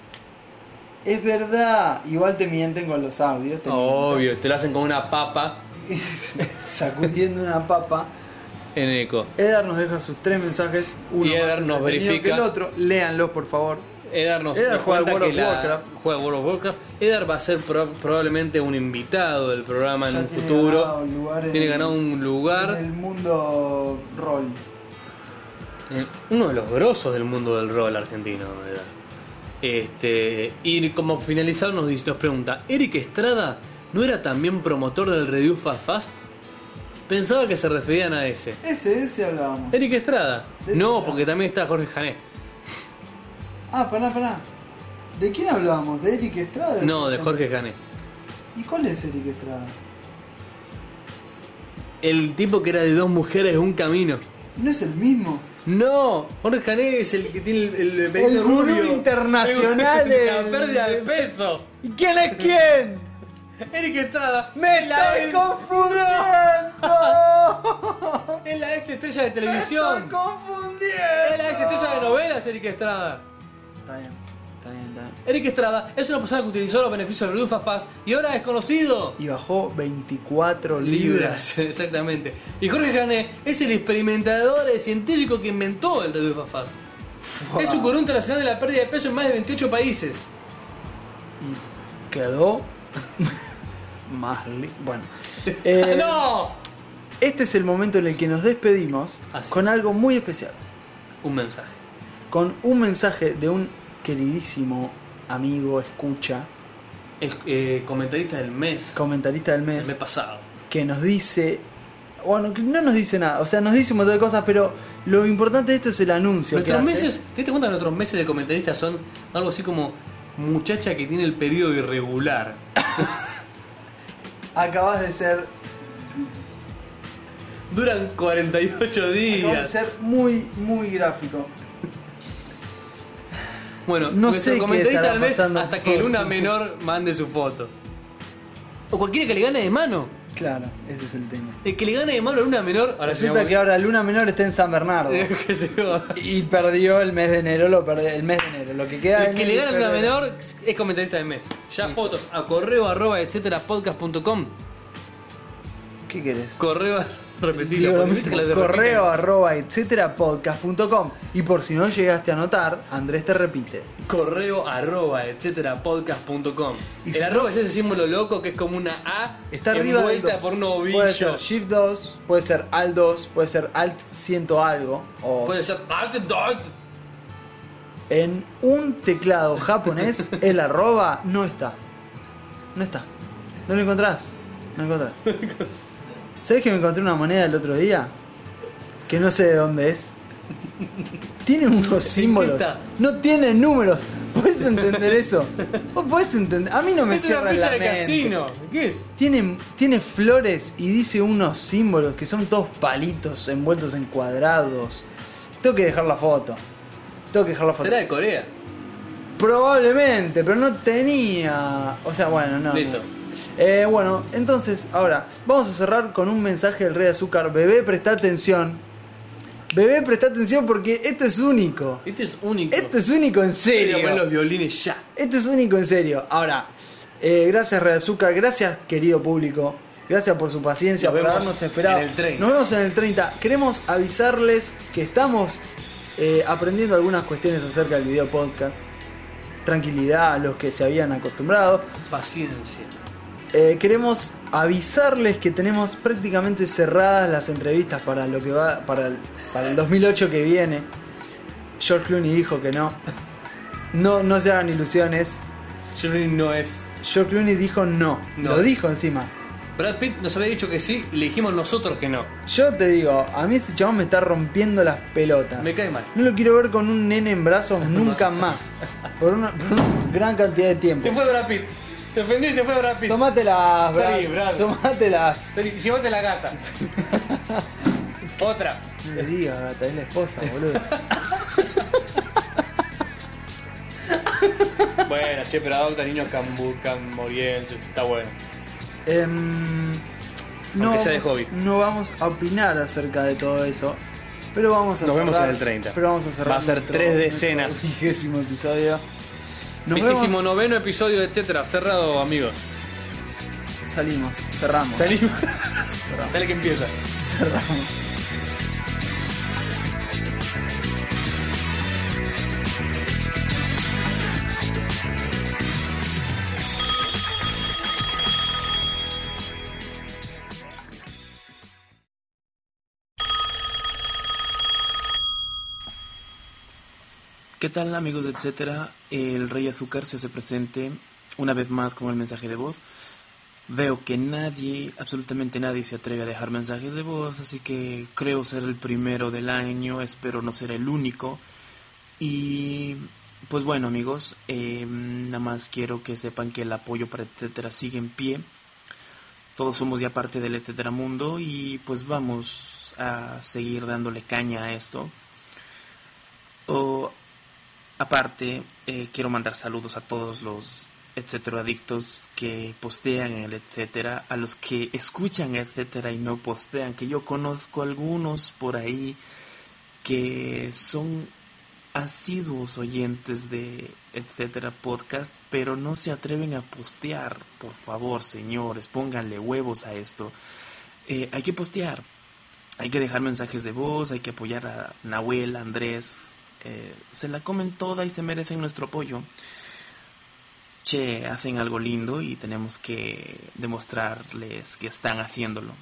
Es verdad, igual te mienten con los audios, te
Obvio, te lo hacen con una papa
mienten. sacudiendo una papa.
en eco.
Edar nos deja sus tres mensajes, uno
Y Edar
más
nos
entretenido
verifica.
que el otro, léanlos por favor.
Edar nos
Edar
nos
juega
cuenta
World
que
of
la-
Warcraft.
juega World of Warcraft. Edar va a ser pro- probablemente un invitado del programa en
Ya
un
tiene
futuro.
ganado un lugar en-
tiene ganado un lugar,
En el mundo rol.
eh, uno de los grosos del mundo del rol argentino. Edar. Este, y como finalizado nos, dice- nos pregunta, ¿Eric Estrada no era también promotor del Reduce Fast Fast? Pensaba que se referían a ese.
Ese, de ese hablábamos.
Eric Estrada.
De ese
No,
hablamos.
porque también está Jorge Jané.
Ah, pará, pará. ¿De quién hablábamos? ¿De Eric Estrada?
No, de Jorge Jané.
¿Y cuál es Eric Estrada?
El tipo que era de dos mujeres, un camino.
¿No es el mismo?
No, Jorge Cané es el que tiene el, el,
El gurú internacional
La
del-
pérdida de peso.
¿Y quién es quién?
Eric Estrada.
¡Me
es la
estoy
ex-
confundiendo!
Es la ex estrella de
¡Me estoy
televisión. Es la ex estrella de
confundiendo!
novelas, Eric Estrada.
Está bien, está bien, está bien.
Eric Estrada es una persona que utilizó los beneficios de Rufa Fast y ahora es conocido.
Y bajó 24
Libras,
libras.
exactamente. Y Jorge Cané es el experimentador, el científico que inventó el Redufa Fast. Es un gurú internacional de la pérdida de peso en más de 28 países.
Y quedó. más li- Bueno. Eh,
¡No!
Este es el momento en el que nos despedimos
Así
con algo muy especial.
Un mensaje.
Con un mensaje de un queridísimo amigo, escucha,
Es, eh, comentarista del mes.
comentarista del
El
mes.
mes pasado.
que nos dice. Bueno, que no nos dice nada, o sea, nos dice un montón de cosas, pero lo importante de esto es el anuncio. que
nuestros
hace.
meses, ¿te diste cuenta que nuestros meses de comentaristas son algo así como muchacha que tiene el periodo irregular?
Acabas de ser.
Duran 48
acabas de
días.
ser muy, muy gráfico.
Bueno,
No
nuestro
sé qué
comentarista
estará
del mes
pasando
hasta
por
que Luna
su-
Menor mande su foto. O cualquiera que le gane de mano.
Claro, ese es el tema.
El que le gane de mano a Luna Menor. Ahora sí
Resulta que ahora Luna Menor está en San Bernardo.
que se joda.
y perdió el mes de enero, lo perdió el mes de enero. Lo que queda de
El que le
enero
gana
y
a Luna
febrero.
Menor es comentarista del mes. Ya fotos a correo arroba etcétera podcast.com.
¿Qué querés?
Correo repetido.
Digo lo
porque viste
mismo,
que las repiten.
correo arroba etcétera podcast.com. Y por si no llegaste a anotar, Andrés te repite.
correo arroba etcétera podcast.com.
Y
El
si
arroba es ese símbolo loco que es como una A
Está arriba del
envuelta
2.
por un ovillo.
Puede ser Shift 2, puede ser Alt 2, puede ser Alt 100 algo. O
Puede ser Alt Dog.
En un teclado japonés, el arroba no está. No está. No lo encontrás. No lo encontrás. ¿Sabés que me encontré una moneda el otro día? Que no sé de dónde es. Tiene unos símbolos.
está?
No tiene números. ¿Podés entender eso? ¿Vos podés entender? A mí no me
Es una
cierra la
ficha de
mente.
casino. ¿Qué es?
Tiene, tiene flores y dice unos símbolos que son todos palitos envueltos en cuadrados. Tengo que dejar la foto. Tengo que dejar la foto.
Será de Corea.
Probablemente, pero no tenía. O sea, bueno, no.
Listo.
no. Eh, bueno, entonces, ahora, vamos a cerrar con un mensaje del Rey Azúcar. Bebé, presta atención. Bebé, presta atención porque esto es único.
Este es único.
Esto es único en
Voy a
serio. pues
poner los violines ya.
Esto es único en serio. Ahora, eh, gracias Real Azúcar, gracias querido público, gracias por su paciencia,
Nos
por
vemos
habernos esperado.
en el 30.
Nos vemos en el 30. Queremos avisarles que estamos eh, aprendiendo algunas cuestiones acerca del video podcast. Tranquilidad a los que se habían acostumbrado.
Paciencia.
Eh, queremos avisarles que tenemos prácticamente cerradas las entrevistas para lo que va para el, para el 2008 que viene. George Clooney dijo que no. No, no se hagan ilusiones.
Johnny no es.
George Clooney dijo no.
No.
Lo dijo encima.
Brad Pitt nos había dicho que sí y le dijimos nosotros que no.
Yo te digo, a mí ese chabón me está rompiendo las pelotas.
Me cae mal.
No lo quiero ver con un nene en brazos nunca más. Por una, por una gran cantidad de tiempo.
Se fue Brad Pitt. Se ofendió y se fue a Brad Pitt.
Tómatelas, Brad.
Salí, Brad.
Tómatelas.
Vení, Llévate la gata. Otra.
No le digas, gata, es la esposa, boludo.
Bueno, che, pero adopta niños cambu, camorientos, está bueno.
Em, no,
Aunque sea de
vamos-
hobby.
no vamos a opinar acerca de todo eso. Pero vamos a
Nos
cerrar,
vemos en el 30.
Pero vamos a cerrar.
Va a ser
nuestro-
tres
nuestro
decenas.
Vigésimo episodio. Nos
Vigésimo
vemos.
noveno episodio, de etcétera. Cerrado, amigos.
Salimos, cerramos.
Salimos. Dale que empieza.
¿Qué tal amigos, etcétera? El Rey Azúcar se hace presente una vez más con el mensaje de voz. Veo que nadie, absolutamente nadie se atreve a dejar mensajes de voz, así que creo ser el primero del año, espero no ser el único. Y pues bueno amigos, eh, nada más quiero que sepan que el apoyo para etcétera sigue en pie. Todos somos ya parte del etcétera mundo y pues vamos a seguir dándole caña a esto. O Aparte, eh, quiero mandar saludos a todos los etcétera adictos que postean en el etcétera, a los que escuchan etcétera y no postean, que yo conozco algunos por ahí que son asiduos oyentes de etcétera podcast, pero no se atreven a postear. Por favor, señores, pónganle huevos a esto. Eh, hay que postear, hay que dejar mensajes de voz, hay que apoyar a Nahuel, a Andrés. eh, se la comen toda y se merecen nuestro apoyo. Che, hacen algo lindo y tenemos que demostrarles que están haciéndolo.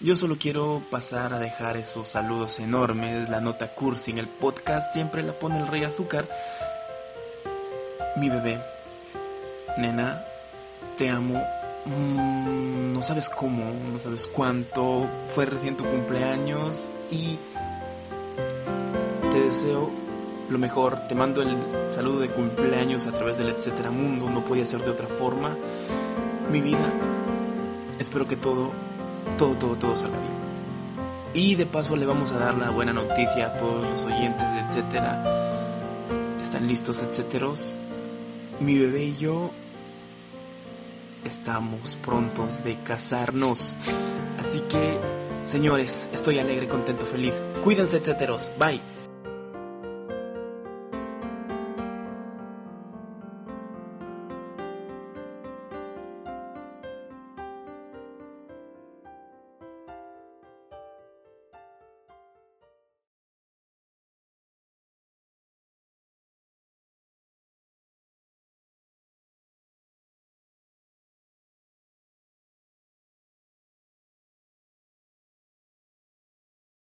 Yo solo quiero pasar a dejar esos saludos enormes, la nota cursi en el podcast siempre la pone el rey azúcar. Mi bebé, nena, te amo. Mm, no sabes cómo, no sabes cuánto. Fue recién tu cumpleaños y te deseo lo mejor. Te mando el saludo de cumpleaños a través del etcétera mundo. No podía ser de otra forma. Mi vida, espero que todo, todo, todo, todo salga bien. Y de paso le vamos a dar la buena noticia a todos los oyentes de etcétera. ¿Están listos, etcéteros? Mi bebé y yo estamos prontos de casarnos. Así que, señores, estoy alegre, contento, feliz. Cuídense, teteros. Bye.